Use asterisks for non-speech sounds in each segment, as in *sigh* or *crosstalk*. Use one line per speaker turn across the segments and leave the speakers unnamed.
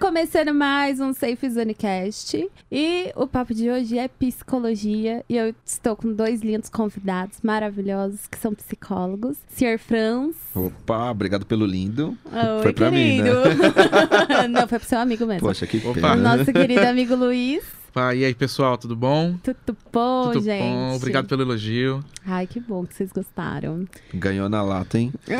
Começando mais um Safe Zone Cast. E o papo de hoje é psicologia. E eu estou com dois lindos convidados maravilhosos que são psicólogos. Sr. Franz.
Opa, obrigado pelo lindo.
Oi,
Foi pra mim,
querido. *laughs*
né?
Não, foi pro seu amigo mesmo.
Poxa, que
Opa.
pena.
Nosso querido amigo Luiz.
Opa, e aí, pessoal, tudo bom?
Tudo bom,
tudo
gente?
bom, obrigado pelo elogio.
Ai, que bom que vocês gostaram.
Ganhou na
*laughs*
lata, hein? Tá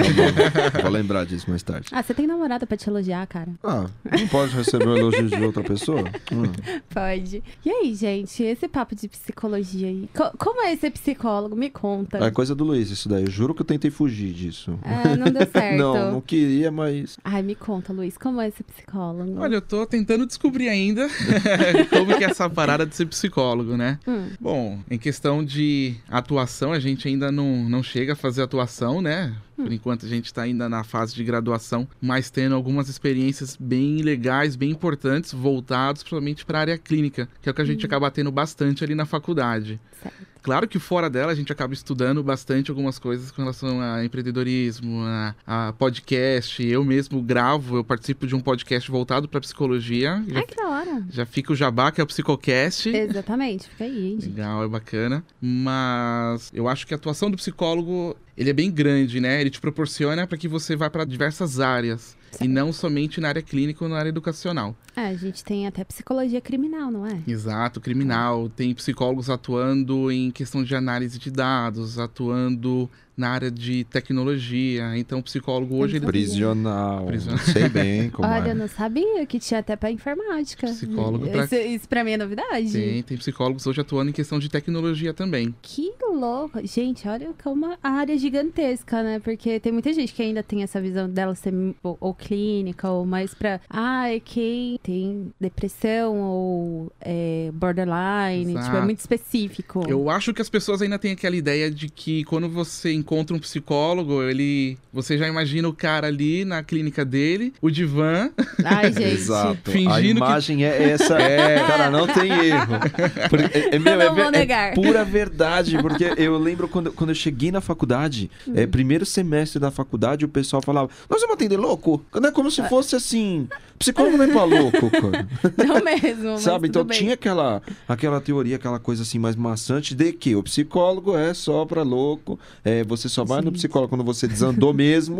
bom. Vou lembrar disso mais tarde.
Ah, você tem namorada pra te elogiar, cara?
Ah, não pode receber o elogio de outra pessoa?
*laughs*
Hum.
Pode. E aí, gente, esse papo de psicologia aí? Co- como é esse psicólogo? Me conta.
É coisa do Luiz isso daí. Eu juro que eu tentei fugir disso.
Ah, não
*laughs*
deu certo.
Não, não queria, mas...
Ai, me conta, Luiz, como é esse psicólogo?
Olha, eu tô tentando descobrir ainda *laughs* como que é essa parada de ser psicólogo, né?
Hum.
Bom, em questão de atuação, a gente ainda não, não chega a fazer atuação, né?
Hum.
Por enquanto a gente tá ainda na fase de graduação, mas tendo algumas experiências bem legais, bem importantes, voltados principalmente para a área clínica, que é o que a gente acaba tendo bastante ali na faculdade.
Hum. Certo.
Claro que fora dela a gente acaba estudando bastante algumas coisas com relação a empreendedorismo, a, a podcast. Eu mesmo gravo, eu participo de um podcast voltado para psicologia. Já,
Ai, Ah, que da hora.
já fica o jabá, que é o Psicocast.
Exatamente, fica aí, hein, gente.
Legal, é bacana. Mas eu acho que a atuação do psicólogo, ele é bem grande, né? Ele te proporciona para que você vá para diversas áreas. E
Certo.
não somente na área clínica ou na área educacional.
É, a gente tem até psicologia criminal, não é?
Exato, criminal. Tem psicólogos atuando em questão de análise de dados, atuando na área de tecnologia. Então, o psicólogo hoje ele
Então,
Prisional.
Prisional.
Sei bem como
Olha,
é.
eu não sabia que tinha até pra informática.
Psicólogo pra-
Isso, isso pra mim é novidade.
tem, tem psicólogos hoje atuando em questão de tecnologia também.
Que louco. Gente, olha como a área é gigantesca, né? Porque tem muita gente que ainda tem essa visão dela ser m- ou, ou clínica, ou mais pra. Ah, é quem tem depressão ou é, borderline.
Exato.
Tipo, é muito específico.
Eu acho que as pessoas ainda têm aquela ideia de que quando você encontra um psicólogo, ele. Você já imagina o cara ali na clínica dele, o divã. *laughs*
Ai, gente.
Exato. a
Fingindo que-
imagem é essa. Cara, não
*laughs*
tem erro. Por- É, é, meu,
Eu
é
não vou
ver- é
negar.
pura verdade, porque eu lembro quando, quando eu cheguei na faculdade,
Hum.
é, primeiro semestre da faculdade, o pessoal falava, nós vamos atender louco? Não é como
Ah.
se fosse assim, psicólogo não é
*laughs*
pra louco, cara.
Não mesmo. mas
Sabe?
tudo
Então
bem.
tinha aquela, aquela teoria, aquela coisa assim mais maçante de que o psicólogo é só pra louco, é, você só vai no
Gente.
psicólogo quando você
*laughs*
desandou mesmo,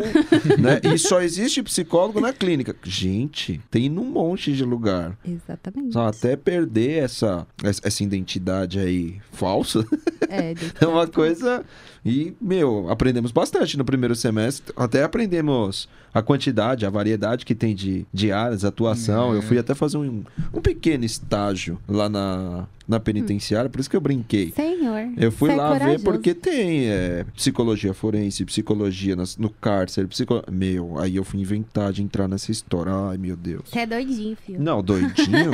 né? E só existe psicólogo na clínica. Gente, tem num monte de lugar.
Exatamente.
Só até perder essa, essa essa identidade aí falsa
É, de-
*laughs* é uma coisa. E, meu, aprendemos bastante no primeiro semestre. Até aprendemos a quantidade, a variedade que tem de, de áreas, atuação. Eu fui até fazer um, um pequeno estágio lá na, na penitenciária, por isso que eu brinquei.
Senhor.
Eu fui
você é
lá ver
corajoso.
porque tem é, psicologia forense, psicologia nas- no cárcere, psico... Meu, aí eu fui inventar de entrar nessa história. Ai, meu Deus.
Você é doidinho, filho.
Não,
*laughs*
doidinho?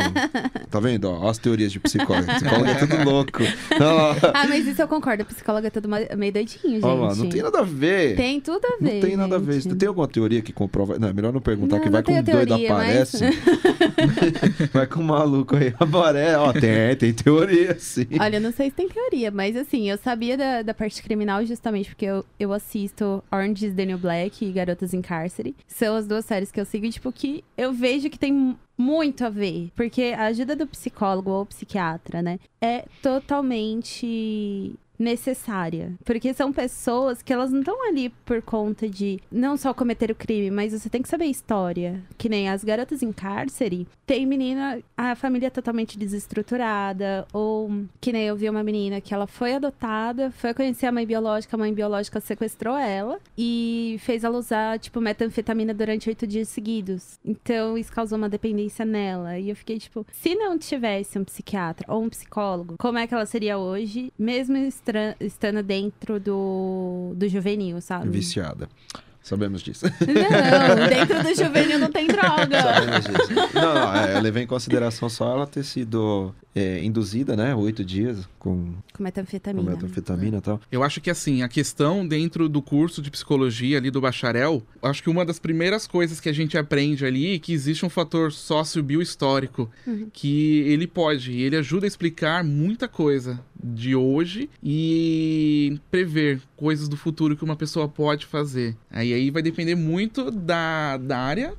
tá vendo? Ó, ó as teorias de psicólogo. Psicólogo é tudo louco. Ó,
Ah, mas isso eu concordo. Psicólogo é tudo ma- meio doidinho, gente.
ó, lá, não tem nada a ver.
Tem tudo a ver.
não tem nada a ver.
gente.
Tem alguma teoria que comprova? Não, é melhor não perguntar,
Não,
que
não
vai com
tenho
um doido
teoria, mas- *laughs*
aparece. vai com um maluco aí aparece. Ó, tem, tem teoria, sim.
Olha, eu não sei se tem teoria, mas assim, eu sabia da, da parte criminal justamente porque eu, eu assisto Orange is the New Black e Garotas em Cárcere. São as duas séries que eu sigo e, tipo, que eu vejo que tem mu- muito a ver. Porque a ajuda do psicólogo ou psiquiatra, né, é totalmente necessária. Porque são pessoas que elas não estão ali por conta de não só cometer o crime, mas você tem que saber a história. Que nem as garotas em cárcere, tem menina, a família é totalmente desestruturada, ou que nem eu vi uma menina que ela foi adotada, foi conhecer a mãe biológica, a mãe biológica sequestrou ela e fez ela usar, tipo, metanfetamina durante oito dias seguidos. Então, isso causou uma dependência nela. E eu fiquei, tipo, se não tivesse um psiquiatra ou um psicólogo, como é que ela seria hoje, mesmo estra- estando dentro do, do juvenil, sabe?
Viciada. Sabemos disso.
Não, dentro do juvenil não tem droga.
Sabemos disso. Não, não, é, eu levei em consideração só ela ter sido é, induzida, né? Oito dias com,
Com
com
metanfetamina.
metanfetamina e tal.
Eu acho que assim, a questão dentro do curso de psicologia ali do bacharel, acho que uma das primeiras coisas que a gente aprende ali é que existe um fator sócio-biohistórico que ele pode, ele ajuda a explicar muita coisa de hoje e prever coisas do futuro que uma pessoa pode fazer. Aí, aí vai depender muito da, da área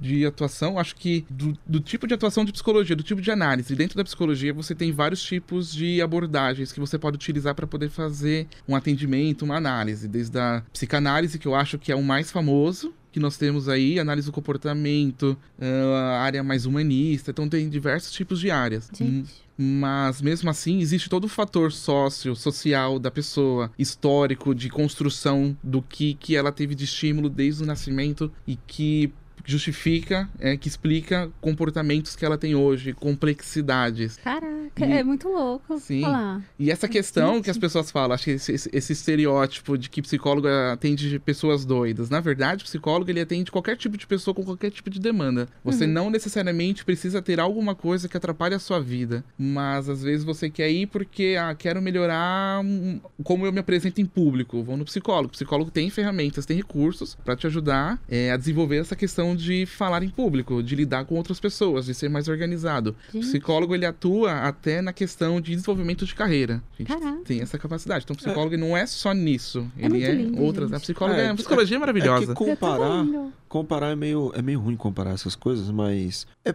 de atuação, acho que do, do tipo de atuação de psicologia, do tipo de análise. Dentro da psicologia, você tem vários tipos de abordagens que você pode utilizar para poder fazer um atendimento, uma análise. Desde a psicanálise, que eu acho que é o mais famoso, que nós temos aí, análise do comportamento, Ah, a área é mais humanista, então tem diversos tipos de áreas. Hum,
Gente.
Mas mesmo assim, existe todo o fator sócio, social da pessoa, histórico, de construção do que, que ela teve de estímulo desde o nascimento e que justifica, é, que explica comportamentos que ela tem hoje, complexidades.
Caraca,
E-
é muito louco.
Sim.
Olha lá.
E essa questão que as pessoas falam, acho que esse, esse- esse estereótipo de que psicólogo atende pessoas doidas. Na verdade, o psicólogo ele atende qualquer tipo de pessoa com qualquer tipo de demanda. Você não necessariamente precisa ter alguma coisa que atrapalhe a sua vida. Mas às vezes você quer ir porque, ah, quero melhorar hum, como eu me apresento em público. Vou no psicólogo. O psicólogo tem ferramentas, tem recursos para te ajudar é, a desenvolver essa questão de falar em público, de lidar com outras pessoas, de ser mais organizado. O
Gente.
psicólogo ele atua até na questão de desenvolvimento de carreira. A gente
Caraca.
tem essa capacidade. Então, o psicólogo não é só nisso.
É
ele
muito
é
lindo,
outras.
gente.
A psicóloga
É,
é, a psicologia é maravilhosa.
É que
Eu tô
comparar,
lendo.
comparar é meio, é meio ruim comparar essas coisas, mas é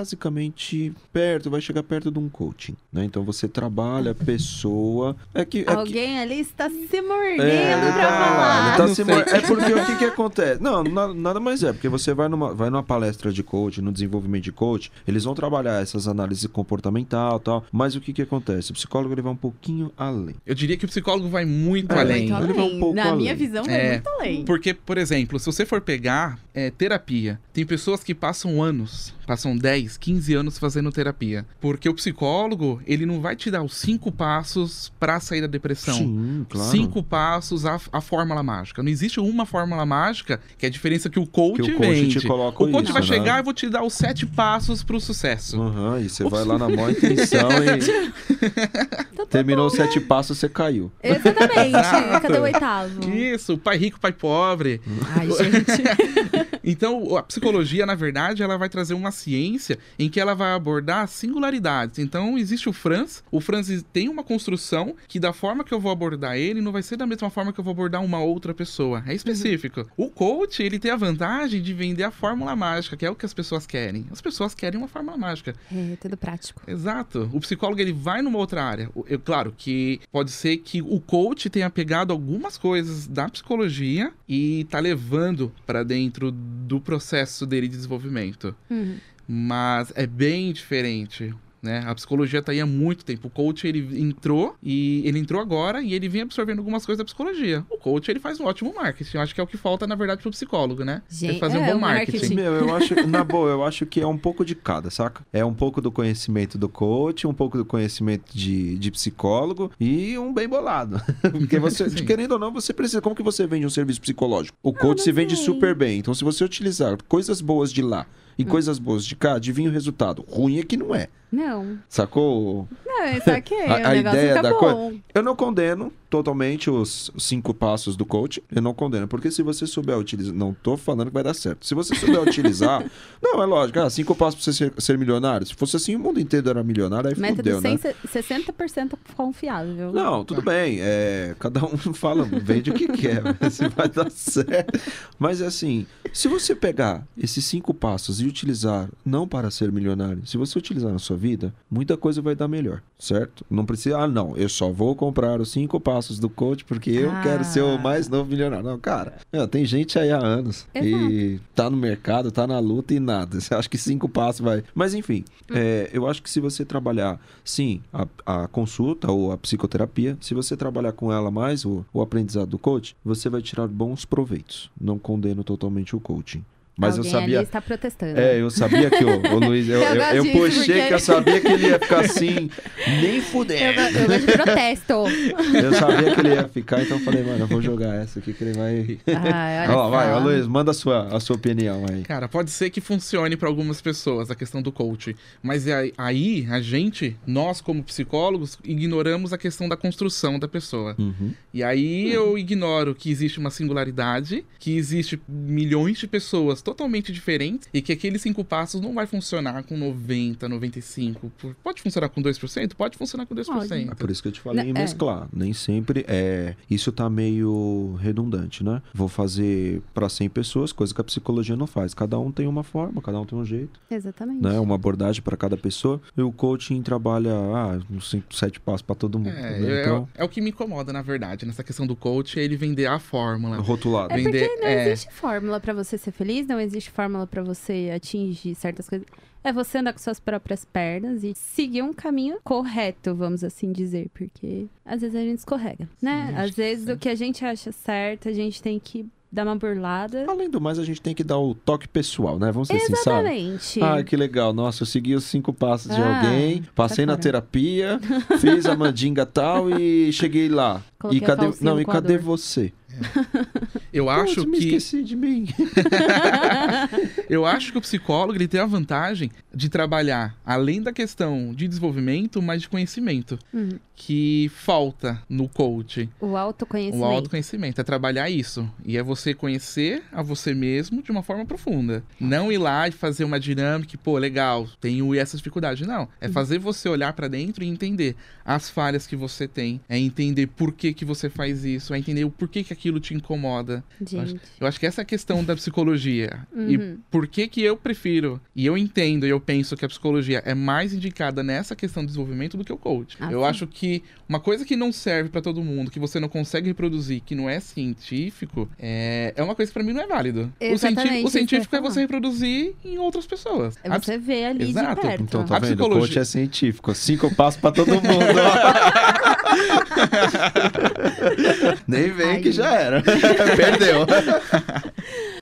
basicamente perto, vai chegar perto de um coaching, né? Então você trabalha a pessoa, é que, é que-
Alguém ali está se mordendo
É,
pra
ele tá-
falar.
ele tá
Não
se
sei.
mo- é porque o que que acontece? Não, na- nada mais é, porque você vai numa, vai numa palestra de coach, no desenvolvimento de coach, eles vão trabalhar essas análises comportamental e tal, mas o que que acontece? O psicólogo ele vai um pouquinho além.
Eu diria que o psicólogo vai muito
É,
além.
Muito
Ele vai um
além.
pouco
Na minha
além.
visão, vai
É.
muito além.
Porque, por exemplo, se você for pegar é, terapia, tem pessoas que passam anos, passam 10, 15 anos fazendo terapia. Porque o psicólogo, ele não vai te dar os cinco passos pra sair da depressão.
Sim, claro.
Cinco passos a, a fórmula mágica. Não existe uma fórmula mágica que é a diferença que o coach
que o coach
vende.
te coloca
O coach
isso,
vai
né?
chegar e vou te dar os sete passos pro sucesso.
Aham, e você
Ups.
vai lá na maior intenção e
Tá tudo
terminou os sete passos, você caiu. *laughs*
Exatamente.
Exato.
Cadê o oitavo?
Uhum.
Isso, pai rico, pai pobre.
Ai, gente.
Então, a psicologia, na verdade, ela vai trazer uma ciência em que ela vai abordar singularidades. Então, existe o Franz. O Franz tem uma construção que, da forma que eu vou abordar ele, não vai ser da mesma forma que eu vou abordar uma outra pessoa. É específico.
Uhum.
O coach, ele tem a vantagem de vender a fórmula mágica, que é o que as pessoas querem. As pessoas querem uma fórmula mágica.
*laughs*
É, tudo prático.
Exato. O psicólogo ele vai numa outra área. O- Eu, claro que pode ser que o coach tenha pegado algumas coisas da psicologia e tá levando pra dentro do processo dele de desenvolvimento,
Hum.
Uhum.
mas é bem diferente. Né? A psicologia tá aí há muito tempo. O coach ele entrou e ele entrou agora e ele vem absorvendo algumas coisas da psicologia. O coach ele faz um ótimo marketing. Eu acho que é o que falta na verdade pro psicólogo, né?
Gente,
Ele fazer um
é,
bom
o marketing.
marketing.
Sim.
Meu, eu acho, na boa, eu acho que é um pouco de cada, saca? É um pouco do conhecimento do coach, um pouco do conhecimento de, de psicólogo e um bem bolado. *laughs* Porque você,
Sim.
querendo ou não, você precisa. Como que você vende um serviço psicológico? O coach
não
se vende
sei.
super bem. Então, se você utilizar coisas boas de lá e
Hum.
coisas boas de cá, adivinha o resultado. Ruim é que não é.
Não.
Sacou?
Não, é só que
*laughs* A-
o
a
negócio
ideia
fica
da
bom.
coisa- Eu não condeno totalmente os os cinco passos do coach. Eu não condeno, porque se você souber utilizar. Não tô falando que vai dar certo. Se você souber utilizar. Não, é lógico. Ah, cinco passos pra você ser, ser milionário. Se fosse assim, o mundo inteiro era milionário, aí
Método
fudeu, né?
60% confiável.
Não, tudo bem. é, cada um *laughs* fala, vende o que quer, *laughs* mas se vai dar certo. Mas assim, se você pegar esses cinco passos e utilizar não para ser milionário, se você utilizar na sua vida, muita coisa vai dar melhor, certo? Não precisa, ah, não, eu só vou comprar os cinco passos do coach porque eu
Ah.
quero ser o mais novo milionário. Não, cara, é, tem gente aí há anos e tá no mercado, tá na luta e nada. Você acha que cinco passos vai. Mas enfim, é, eu acho que se você trabalhar, sim, a, a consulta ou a psicoterapia, se você trabalhar com ela mais, o, o aprendizado do coach, você vai tirar bons proveitos. Não condeno totalmente o coaching. Mas
Alguém
eu sabia.
ali está protestando.
É, eu sabia que o, o Luiz.
*laughs*
Eu,
Eu
eu,
gosto
eu
disso,
puxei
porque-
que eu sabia que ele ia ficar assim, nem
Eu,
fuder.
go- eu gosto de
*laughs*
protesto.
Eu sabia que ele ia ficar, então eu falei, mano, eu vou jogar essa aqui que ele vai.
Ai, olha
Ó, vai,
só.
ó, Luiz, manda a sua, a sua opinião aí.
Cara, pode ser que funcione para algumas pessoas a questão do coach, mas é aí a gente, nós como psicólogos, ignoramos a questão da construção da pessoa.
Uhum.
E aí eu ignoro que existe uma singularidade, que existe milhões de pessoas totalmente diferentes e que aqueles cinco passos não vai funcionar com 90, 95. por- Pode funcionar com 2%? Pode funcionar com 2%.
É por isso que eu te falei
Não,
em
é.
mesclar. Nem sempre é. Isso tá meio redundante, né? Vou fazer pra 100 pessoas, coisa que a psicologia não faz. Cada um tem uma forma, cada um tem um jeito,
Exatamente.
né? Uma abordagem pra cada pessoa. E o coaching trabalha, ah, uns cinco, sete passos pra todo mundo.
É,
né?
é-
Então,
é o que me incomoda, na verdade, nessa questão do coach, é ele vender a fórmula.
rotulado.
É
Vender-
porque não
é.
existe fórmula pra você ser feliz, não existe fórmula pra você atingir certas coisas. É você andar com suas próprias pernas e seguir um caminho correto, vamos assim dizer, porque às vezes a gente escorrega, né?
Sim,
às
acho que
vezes
sim.
o que a gente acha certo, a gente tem que dar uma burlada.
Além do mais, a gente tem que dar o toque pessoal, né? Vamos ser sinceros.
Exatamente.
Ah, que legal. Nossa, eu segui os cinco passos de
Ah,
alguém, passei na
fora. *laughs*
terapia, fiz a mandinga tal e cheguei lá.
Coloquei
e
a
cadê,
calcinha
não,
no
e cadê
coador.
você?
Eu acho
Putz, me
que
esqueci de mim.
eu acho que o psicólogo ele tem a vantagem de trabalhar além da questão de desenvolvimento, mas de conhecimento,
Uhum.
que falta no coach.
*laughs* O autoconhecimento.
O autoconhecimento é trabalhar isso. E é você conhecer a você mesmo de uma forma profunda. Não ir lá e fazer uma dinâmica, e, pô, legal, tenho essa dificuldade. Não.
Uhum.
É fazer você olhar pra dentro e entender as falhas que você tem. É entender por que, que você faz isso. É entender o porquê que aquilo te incomoda.
Gente.
Eu acho que essa é a questão da psicologia. E
Uhum.
por que que eu prefiro e eu entendo e eu penso que a psicologia é mais indicada nessa questão do desenvolvimento do que o coach.
Ah,
eu
sim.
acho que uma coisa que não serve pra todo mundo, que você não consegue reproduzir, que não é científico, é, é uma coisa que pra mim não é válido. O,
Exatamente,
cienti- o
isso que eu ia
científico é
falar.
você reproduzir em outras pessoas.
É
A
Você vê ali
Exato.
de perto.
Então
A
tá vendo? O
psicologia-
coach é científico. Cinco passos pra todo mundo. *laughs* Nem vem
Ai.
que já era. Perdeu.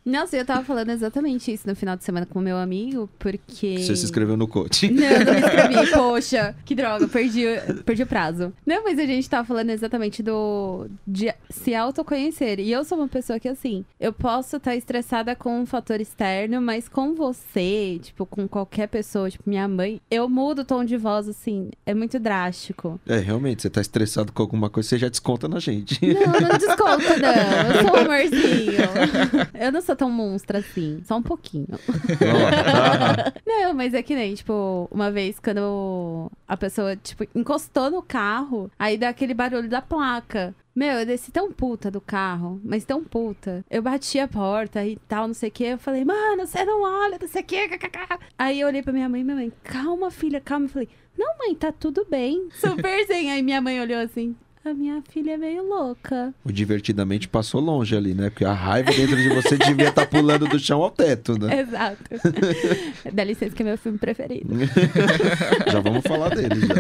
Nossa, eu tava falando exatamente isso no final de semana com o meu amigo, porque.
Você se inscreveu no *laughs* coach.
Não, eu não me *laughs* inscrevi. Poxa, que droga, perdi, perdi o prazo. Não, mas a gente tava falando exatamente do. de se autoconhecer. E eu sou uma pessoa que, assim, eu posso estar estressada com um fator externo, mas com você, tipo, com qualquer pessoa, tipo, minha mãe, eu mudo o tom de voz, assim, é muito *laughs* drástico.
É, realmente, você tá estressado com alguma coisa, você já desconta na *laughs* gente.
Não, não desconto, não. Eu sou um amorzinho. Eu não sou tão monstra assim. Só um pouquinho.
tá.
Não, mas é que nem, tipo, uma vez quando a pessoa, tipo, encostou no carro, aí dá aquele barulho da placa. Meu, eu desci tão puta do carro, mas tão puta. Eu bati a porta e tal, não sei o que. Eu falei, mano, você não olha, não sei o que. Aí eu olhei pra minha mãe e minha mãe, calma, filha, calma. Eu falei, não, mãe, tá tudo bem. Super zen. Aí minha mãe olhou assim, a minha filha é meio louca.
*laughs* o divertidamente passou longe ali, né? Porque a raiva dentro de você devia estar pulando do chão ao teto, né?
Exato. Dá licença que é meu filme preferido.
*laughs* Já vamos falar dele já.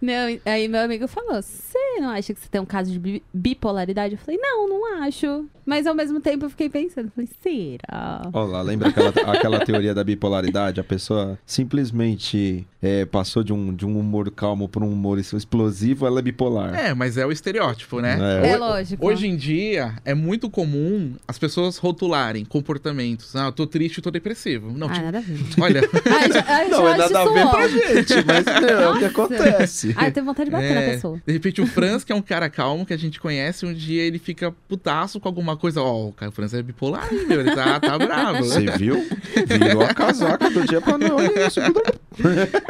Não, e- aí meu amigo falou: Você não acha que você tem um caso de bi- bipolaridade? Eu falei: Não, não acho. Mas ao mesmo tempo eu fiquei pensando: falei, Será?
Olha lá, lembra aquela, aquela teoria da bipolaridade? A pessoa simplesmente é, passou de um, de um humor calmo para um humor explosivo, ela é bipolar.
É, mas é o estereótipo, né?
É.
É,
Ho-
lógico.
Hoje em dia, é muito comum as pessoas rotularem comportamentos. Ah, eu tô triste, eu tô depressivo. Não,
Ah,
tipo,
nada a
*laughs*
ver.
olha,
Ah, eu já, eu
Não,
já
é nada a
acho
ver
isso
pra
óbvio.
gente, mas
*laughs*
meu, é o que
Nossa.
acontece.
Ah, eu tenho vontade de bater na
É.
pessoa.
De repente o Franz, que é um cara calmo, que a gente conhece, um dia ele fica putaço com alguma coisa. Ó, o cara o Franz é bipolar, hein, meu? Ele tá, tá bravo.
Você viu? Virou a casaca do dia pra *laughs* né? não. olha isso.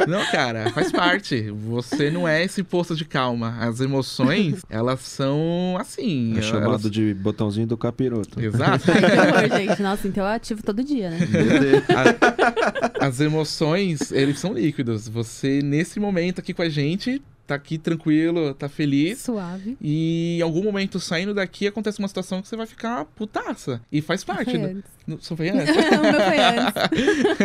Não, cara, faz parte. Você não é esse poço de calma. As emoções, elas são assim.
É
elas-
chamado de botãozinho do *laughs* capiroto.
Exato.
Ai, que horror, gente. Nossa, então eu ativo todo dia, né?
Meu Deus.
A- As emoções, eles são líquidos. Você, nesse momento aqui com a gente, tá aqui tranquilo, tá feliz.
Suave.
E em algum momento saindo daqui acontece uma situação que você vai ficar putaça. E faz parte.
Foi
né?
né? do-
antes. *laughs*
do- Só foi
o meu
antes.
foi antes.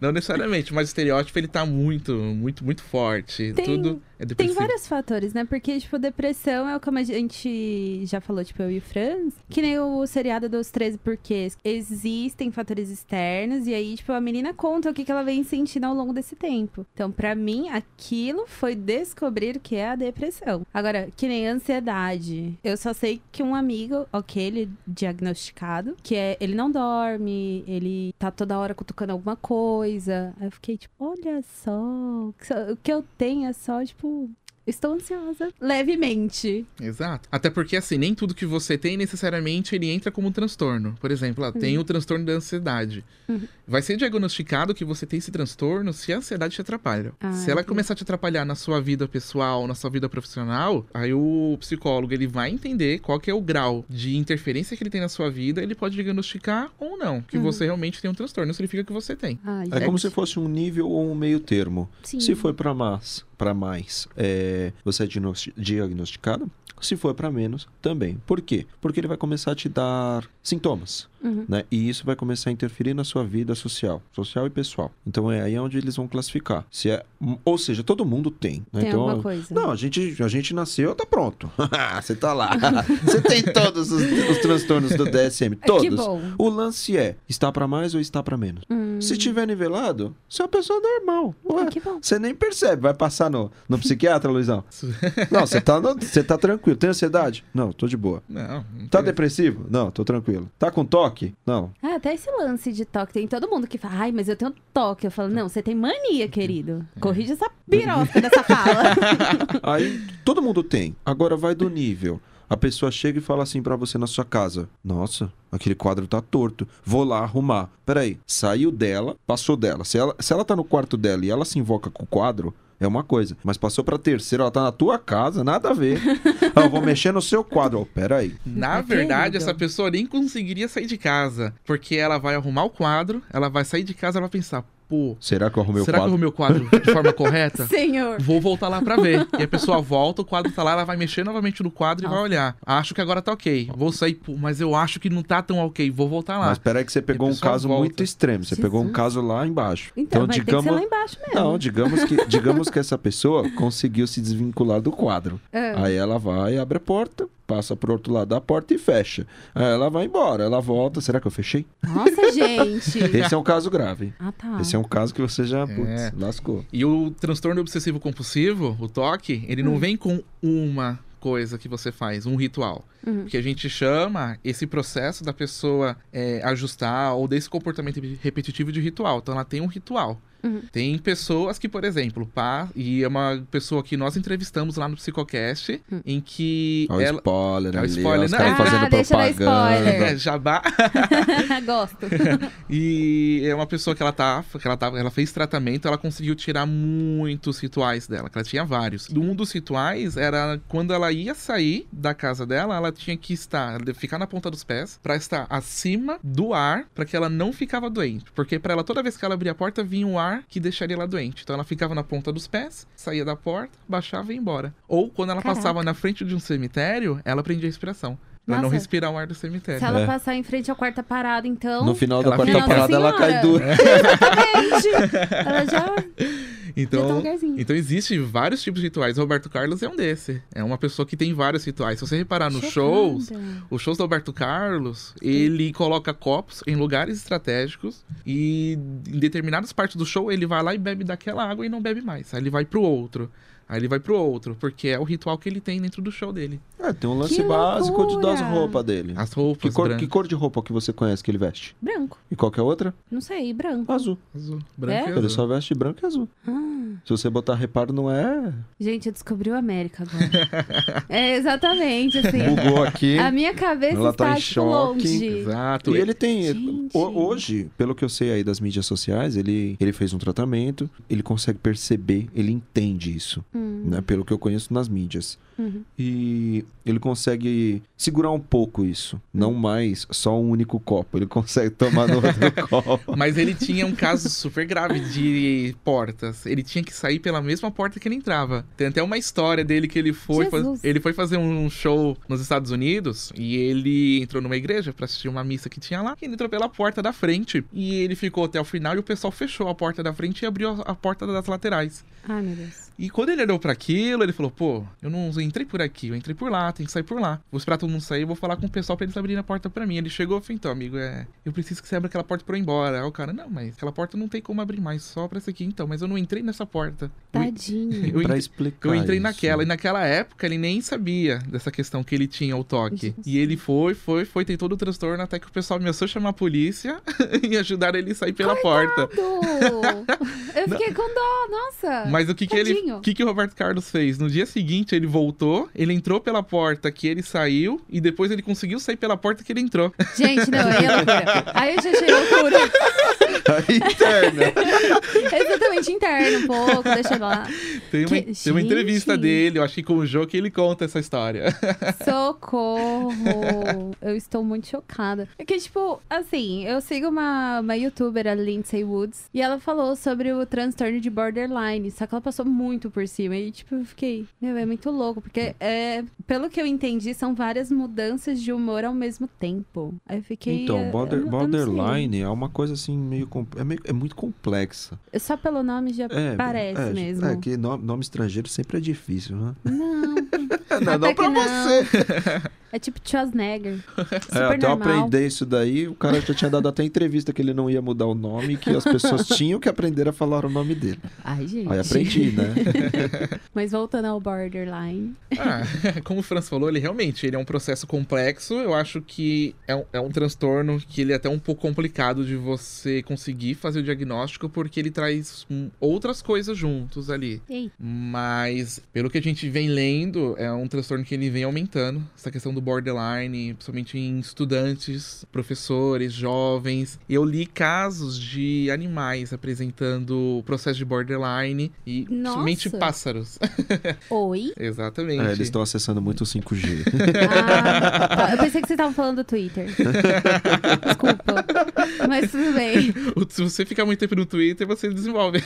Não necessariamente, mas o estereótipo ele tá muito, muito, muito forte.
Tem-
Tudo é
Tem
depressivo.
vários fatores, né? Porque, tipo, depressão é como a gente já falou, tipo, eu e o Franz, que nem o seriado dos 13 porquês. Existem fatores externos, e aí, tipo, a menina conta o que, que ela vem sentindo ao longo desse tempo. Então, pra mim, aquilo foi descobrir o que é a depressão. Agora, que nem ansiedade. Eu só sei que um amigo, ok, ele é diagnosticado, que é ele não dorme, ele tá toda hora cutucando alguma coisa. Aí eu fiquei, tipo, olha só, o que só- o que eu tenho é só, tipo, Estou ansiosa. Levemente.
Exato. Até porque, assim, nem tudo que você tem necessariamente ele entra como um transtorno. Por exemplo, ah, tem o transtorno da ansiedade.
Uhum.
Vai ser diagnosticado que você tem esse transtorno se a ansiedade te atrapalha.
Ah,
se ela
entendi.
começar a te atrapalhar na sua vida pessoal, na sua vida profissional, aí o psicólogo ele vai entender qual que é o grau de interferência que ele tem na sua vida, ele pode diagnosticar ou não que
Uhum.
você realmente tem um transtorno. Não significa que você tem. *laughs*
Ai,
É
gente.
como se fosse um nível ou um meio termo.
Sim.
Se for para mais, para mais, é, você é diagnosti- diagnosticado. Se for para menos, também. Por quê? Porque ele vai começar a te dar sintomas,
Uhum.
né? E isso vai começar a interferir na sua vida social, social e pessoal. Então é aí onde eles vão classificar. Se é, ou seja, todo mundo tem. Né?
Tem
então,
alguma coisa.
Não, a gente, a gente nasceu, tá pronto. *laughs* Você
*laughs*
tá lá. Você tem todos os, os transtornos do DSM,
É, Que
todos.
bom.
O lance é, está para mais ou está para menos?
Hum.
Se tiver nivelado, você é uma pessoa normal. é?
Ah,
Ué,
que bom.
você nem percebe, vai passar no, no psiquiatra, Luizão? Não, você tá, no- você tá tranquilo. Tem ansiedade? Não, tô de boa.
Não. não
Tá
tem-
depressivo? Não, tô tranquilo. Tá com toque? Não.
Ah, até esse lance de toque. Tem todo mundo que fala, ai, mas eu tenho toque. Eu falo, não, você tem mania, querido.
É.
Corrige essa piroca dessa
*laughs*
fala. *laughs*
Aí todo mundo tem. Agora vai do nível. A pessoa chega e fala assim pra você na sua casa: Nossa, aquele quadro tá torto. Vou lá arrumar. Peraí, saiu dela, passou dela. Se ela, se ela tá no quarto dela e ela se invoca com o quadro, é uma coisa. Mas passou pra terceira, ela tá na tua casa, nada a *laughs* ver. ah, eu vou mexer no seu quadro. Oh, peraí.
Na
Ah,
verdade,
querido.
essa pessoa nem conseguiria sair de casa. Porque ela vai arrumar o quadro, ela vai sair de casa, ela vai pensar, pô,
Será que eu arrumei
será
o
que eu
quadro?
arrumei o quadro
*laughs*
de forma correta?
Senhor.
Vou voltar lá pra ver. E a pessoa volta, o quadro tá lá, ela vai mexer novamente no quadro e vai olhar. Acho que agora tá ok. Vou sair, pô, mas eu acho que não tá tão ok. Vou voltar lá.
Mas peraí que você pegou
E a
um
pessoa
caso
volta.
muito extremo. Você pegou um
Jesus.
caso lá embaixo.
Então, vai ter que ser lá embaixo mesmo.
Não, digamos que, digamos que essa pessoa conseguiu se desvincular do quadro.
Ah.
Aí ela vai, abre a porta, passa pro outro lado da porta e fecha. Aí ela vai embora, ela volta. Será que eu fechei?
Nossa,
*laughs*
gente.
Esse é um caso grave.
*laughs* Ah, tá.
Esse é um caso que você já, putz,
É.
lascou.
E o transtorno obsessivo compulsivo, o TOC, ele
Hum.
não vem com uma coisa que você faz, um ritual.
Uhum.
Que a gente chama esse processo da pessoa é, ajustar ou desse comportamento repetitivo de ritual. Então ela tem um ritual.
Uhum.
Tem pessoas que, por exemplo, pá, e é uma pessoa que nós entrevistamos lá no Psicocast,
Hum.
em que
Olha o
ela.
spoiler
É o
ali,
spoiler,
ó, os
né?
caras
Ah,
fazendo
deixa eu dar
propaganda.
spoiler.
É, jabá.
*laughs*
*laughs*
Gosto.
E é uma pessoa que ela tá, que ela tava, ela fez tratamento, ela conseguiu tirar muitos rituais dela, que ela tinha vários. Um dos rituais era quando ela ia sair da casa dela, ela tinha que estar, ficar na ponta dos pés pra estar acima do ar, pra que ela não ficava doente, porque pra ela toda vez que ela abria a porta vinha um ar que deixaria ela doente. Então ela ficava na ponta dos pés, saía da porta, baixava e ia embora. Ou quando ela
Caraca.
passava na frente de um cemitério, ela prendia a respiração. Pra não
Nossa.
respirar o ar do cemitério.
Se ela
É.
passar em frente ao quarta parada, então. *laughs* assim,
No final da
Ela
quarta
fica-
parada, ela
Nossa
cai dura. *laughs*
Exatamente. Ela já. Já tá um
Então,
lugarzinho.
então existe vários tipos de rituais. Roberto Carlos é um desse. É uma pessoa que tem vários rituais. Se você
tá
reparar nos shows,
Chocada.
os shows do Roberto Carlos, ele coloca copos em lugares estratégicos e em determinadas partes do show ele vai lá e bebe daquela água e não bebe mais. Aí ele vai pro outro. Aí ele vai pro outro, porque é o ritual que ele tem dentro do show dele.
É, tem um lance
Que
básico de
loucura.
das roupas dele.
As
Que
roupas
cor, que
brancas,
cor de roupa que você conhece que ele veste?
Branco.
E qual que é a outra?
Não sei, branco.
Azul.
azul, branco
É?
e
Ele
azul.
só veste branco e azul.
Ah,
Se você botar reparo, não é.
gente, eu descobri o América agora. é, exatamente, assim.
Bugou
*laughs*
aqui.
A minha cabeça
Ela tá
está
em
tipo,
choque.
longe.
Exato.
E ele tem.
Gente.
ho- hoje, pelo que eu sei aí das mídias sociais, ele, ele fez um tratamento, ele consegue perceber, ele entende isso,
Hum,
né? Pelo que eu conheço nas mídias.
uhum.
E ele consegue segurar um pouco isso. Não mais só um único copo. Ele *laughs* consegue tomar no
*laughs*
outro copo.
Mas ele tinha um caso super grave de portas. Ele tinha que sair pela mesma porta que ele entrava. Tem até uma história dele que ele foi, fa-
Jesus.
ele foi fazer um show nos Estados Unidos e ele entrou numa igreja pra assistir uma missa que tinha lá. E ele entrou pela porta da frente e ele ficou até o final e o pessoal fechou a porta da frente e abriu a- a porta das laterais.
Ai, meu Deus.
E quando ele olhou pra aquilo, ele falou: pô, eu não entrei por aqui, eu entrei por lá, tem que sair por lá. Vou esperar todo mundo sair, vou falar com o pessoal pra eles abrirem a porta pra mim. Ele chegou e falou: então, amigo, é, eu preciso que você abra aquela porta pra eu ir embora. Aí o cara: não, mas aquela porta não tem como abrir mais, só pra essa aqui então, mas eu não entrei nessa porta. Eu,
Tadinho.
*laughs*
eu
pra
entrei-
explicar.
eu entrei
isso.
naquela,
*laughs*
e naquela época ele nem sabia dessa questão que ele tinha o toque.
Jesus.
E ele foi, foi, foi, tem todo o transtorno, até que o pessoal ameaçou chamar a polícia *laughs* e ajudaram ele a sair pela porta.
Coitado! Eu fiquei com dó, nossa.
Mas o que que ele,
Tadinho.
o que que o Roberto Carlos fez? No dia seguinte ele voltou, ele entrou pela porta que ele saiu e depois ele conseguiu sair pela porta que ele entrou.
Gente, não, aí é loucura. Aí eu já achei loucura.
*laughs* A interna.
Exatamente interno um pouco, deixa eu lá.
Tem uma,
Que-
tem uma entrevista
Gente.
dele, eu acho que com o Jô que ele conta essa história.
Socorro! Eu estou muito chocada. Porque, tipo, assim, eu sigo uma, uma youtuber, a Lindsay Woods, e ela falou sobre o transtorno de borderline, só que ela passou muito por cima. E, tipo, eu fiquei, meu, é muito louco, porque, é, pelo que eu entendi, são várias mudanças de humor ao mesmo tempo. Aí eu fiquei. é,
Então,
eu
border-
não- eu não sei.
borderline é uma coisa assim meio, com- é meio- é muito complexa.
Só pelo nome já
É,
parece
é,
mesmo.
É que nome, nome estrangeiro sempre é difícil,
*laughs*
né?
Não,
*laughs* Não,
Até
não pra
que não.
você.
*laughs* é tipo Schwarzenegger.
*laughs* É,
Super
até eu
normal.
aprender isso daí, o cara já tinha dado até entrevista que ele não ia mudar o nome, que as *laughs* pessoas tinham que aprender a falar o nome dele.
Ai, gente.
Aí aprendi, *laughs* né?
Mas voltando ao borderline.
Ah, *laughs* como o Franz falou, ele realmente ele é um processo complexo. Eu acho que é um, é um transtorno que ele é até um pouco complicado de você conseguir fazer o diagnóstico, porque ele traz hum, outras coisas juntos ali.
Ei.
Mas, pelo que a gente vem lendo, é um transtorno que ele vem aumentando. Essa questão do borderline, principalmente em estudantes, professores, jovens. Eu li casos de animais apresentando o processo de borderline e principalmente
Nossa.
pássaros. *laughs*
Oi?
Exatamente.
É, eles estão acessando muito o 5G.
Ah, tá. eu pensei que vocês estavam falando do Twitter. Desculpa. Mas tudo bem.
O- Se você ficar muito tempo no Twitter, você desenvolve.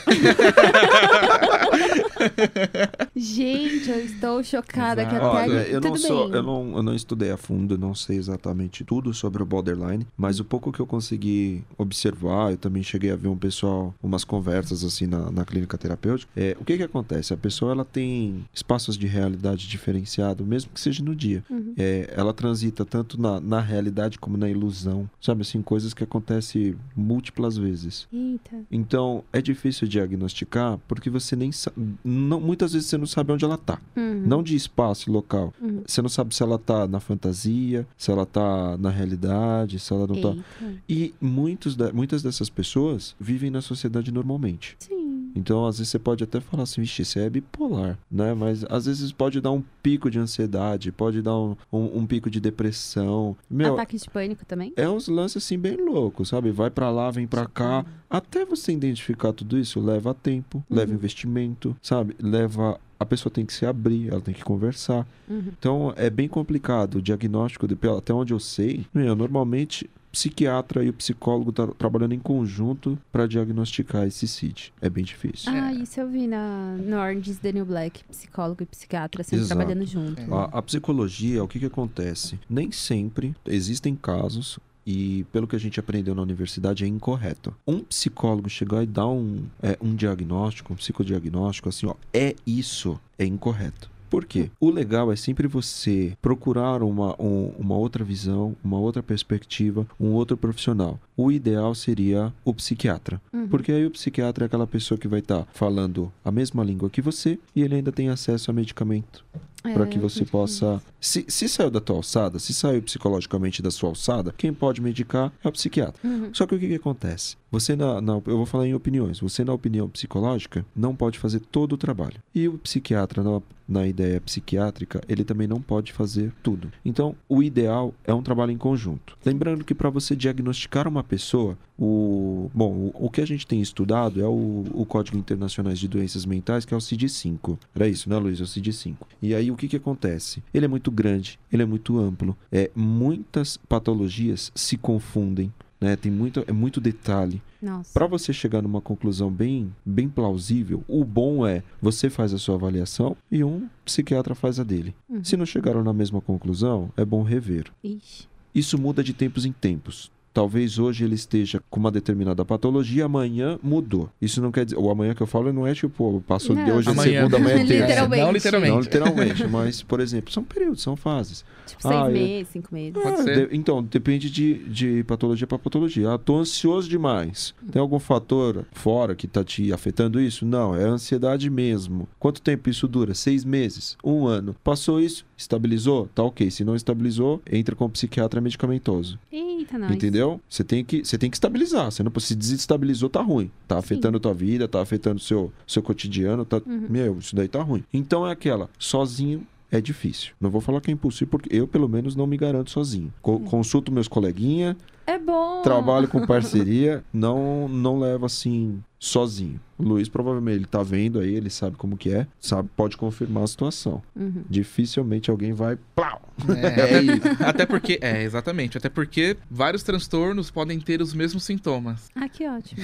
Gente, eu estou chocada que até
Exato.
Olha,
aqui-
eu não,
Tá tudo
sou,
bem.
eu, não, eu não estudei a fundo, eu não sei exatamente tudo sobre o borderline, mas o pouco que eu consegui observar, eu também cheguei a ver um pessoal, umas conversas assim na, na clínica terapêutica. É, o que que acontece? A pessoa ela tem espaços de realidade diferenciado, mesmo que seja no dia.
Uhum.
É, ela transita tanto na, na realidade como na ilusão, sabe? Assim, coisas que acontecem múltiplas vezes.
Eita.
Então, é difícil diagnosticar porque você nem sa- não, muitas vezes você não sabe onde ela tá.
Uhum.
Não de espaço e local.
Uhum.
Você não sabe se ela tá na fantasia, se ela tá na realidade, se ela não tá.
Eita.
E muitos da- muitas dessas pessoas vivem na sociedade normalmente.
Sim.
Então, às vezes você pode até falar assim, vixe, você é bipolar, né? Mas às vezes pode dar um pico de ansiedade, pode dar um, um- um pico de depressão. Meu,
Ataque de pânico também?
é uns lances assim bem loucos, sabe? Vai pra lá, vem pra cá. Até você identificar tudo isso, leva tempo, leva investimento, sabe? Leva. A pessoa tem que se abrir, ela tem que conversar.
Uhum.
Então é bem complicado o diagnóstico, de, pelo- até onde eu sei. Meu, normalmente, psiquiatra e o psicólogo tá trabalhando em conjunto pra diagnosticar esse CID. É bem difícil.
Ah, isso eu vi na no Orange is the New Black, psicólogo e psiquiatra sempre
Exato.
trabalhando junto.
A, a psicologia, é o que, que acontece? Nem sempre existem casos. E pelo que a gente aprendeu na universidade, é incorreto. Um psicólogo chegar e dar um, é, um diagnóstico, um psicodiagnóstico, assim, ó, é isso, é incorreto. Por quê? O legal é sempre você procurar uma, um- uma outra visão, uma outra perspectiva, um outro profissional. O ideal seria o psiquiatra.
Uhum.
Porque aí o psiquiatra é aquela pessoa que vai estar falando a mesma língua que você e ele ainda tem acesso a medicamento
É,
para que você
muito
possa. Se, se saiu da tua alçada, se saiu psicologicamente da sua alçada, quem pode medicar é o psiquiatra.
bom. Uhum.
Só que o que, que acontece? Você na, na- eu vou falar em opiniões. Você na opinião psicológica não pode fazer todo o trabalho. E o psiquiatra na, na ideia psiquiátrica ele também não pode fazer tudo. Então o ideal é um trabalho em conjunto. Lembrando que para você diagnosticar uma pessoa, o bom o, o que a gente tem estudado é o, o Código Internacional de Doenças Mentais que é o CID-5. Era isso, né, Luiz? É o CID-5. E aí o que que acontece? Ele é muito grande, ele é muito amplo. É muitas patologias se confundem né? Tem muito, é muito detalhe.
Nossa.
Para você chegar numa conclusão bem, bem plausível, o bom é você faz a sua avaliação e um psiquiatra faz a dele.
Uhum.
Se não chegaram na mesma conclusão, é bom rever.
Ixi.
Isso muda de tempos em tempos. Talvez hoje ele esteja com uma determinada patologia, amanhã mudou. Isso não quer dizer. O amanhã que eu falo não é tipo, passou de
Não.
hoje é
Amanhã.
segunda, amanhã é terça.
Literalmente.
Não, *laughs* literalmente.
Não, literalmente. Mas, por exemplo, são períodos, são fases.
Tipo, seis
Ah, eu-
meses, cinco meses.
Pode
Ah,
ser.
de- então, depende de, de patologia para patologia. Ah, tô ansioso demais.
Hum.
Tem algum fator fora que tá te afetando isso? Não, é ansiedade mesmo. Quanto tempo isso dura? Seis meses? Um ano. Passou isso? Estabilizou? Tá ok. Se não estabilizou, entra com o psiquiatra medicamentoso.
Eita, nós.
Entendeu? Você tem que você tem que estabilizar. Você não se desestabilizou, tá ruim. Tá afetando tua vida, tá afetando seu seu cotidiano, tá, meu, isso daí tá ruim. Então é aquela, sozinho é difícil. Não vou falar que é impossível, porque eu, pelo menos, não me garanto sozinho. Co- Consulto meus coleguinhas,
É bom.
trabalho com parceria, não não levo assim sozinho. O Luiz provavelmente ele tá vendo aí, ele sabe como que é, sabe, pode confirmar a situação.
Uhum.
Dificilmente alguém vai, plau,
É, isso. Até porque, é, exatamente. Até porque vários transtornos podem ter os mesmos sintomas.
Ah, que ótimo.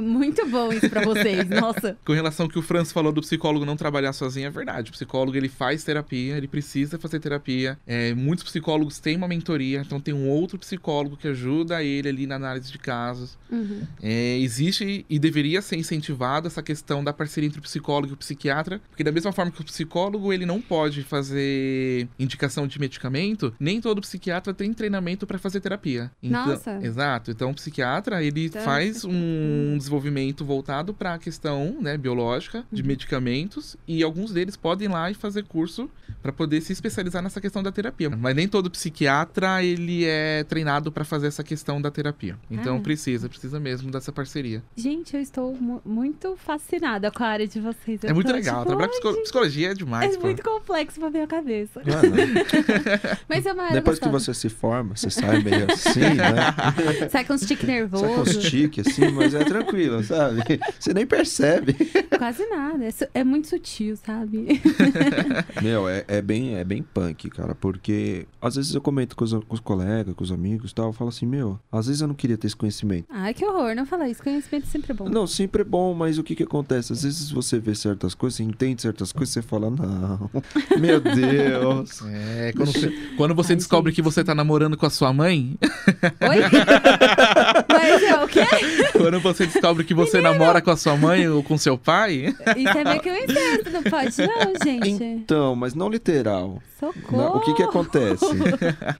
Muito bom isso pra vocês. Nossa.
Com relação ao que o Franz falou do psicólogo não trabalhar sozinho, é verdade. O psicólogo, ele faz terapia, ele precisa fazer terapia. É, muitos psicólogos têm uma mentoria, então tem um outro psicólogo que ajuda ele ali na análise de casos.
Uhum.
É, existe e deveria ser incentivada essa questão da parceria entre o psicólogo e o psiquiatra, porque da mesma forma que o psicólogo ele não pode fazer indicação de medicamento, nem todo psiquiatra tem treinamento para fazer terapia. Então-
Nossa.
Exato. Então o psiquiatra ele
Então,
faz um desenvolvimento voltado para a questão né, biológica de
Uhum.
medicamentos e alguns deles podem ir lá e fazer curso para poder se especializar nessa questão da terapia. Mas nem todo psiquiatra ele é treinado para fazer essa questão da terapia. Então
Ah.
precisa, precisa mesmo dessa parceria. É
Gente, eu estou mu- muito fascinada com a área de vocês. Eu
é muito
tô,
legal.
tipo,
Trabalhar psico- psicologia é demais,
É
pô.
muito complexo pra minha cabeça.
Ah, não.
Mas é uma área
Depois que
gostosa.
você se forma, você sai meio assim, né?
Sai com um stick nervoso.
Sai com os tiques, é assim, mas é *laughs* tranquilo, sabe? Você nem percebe.
*laughs* Quase nada. É, su- é muito sutil, sabe?
Meu, é, é bem, é bem punk, cara, porque às vezes eu comento com os, com os colegas, com os amigos e tal, eu falo assim, meu, às vezes eu não queria ter esse conhecimento.
Ai, que horror. Não fala isso. Conhecimento é sempre bom.
Não, sempre é bom, mas o que que acontece? Às vezes você vê certas coisas, você entende certas coisas, você fala, não, *laughs* meu Deus.
É, quando
*laughs*
você, quando você
Ai,
descobre
gente.
que você tá namorando com a sua mãe,
*laughs* Oi? Mas é o quê?
quando você descobre que você namora com a sua mãe ou com seu pai,
Isso é meio que um incesto. Não pode não, gente.
Então, mas não literal.
Socorro.
Na- o que é que acontece?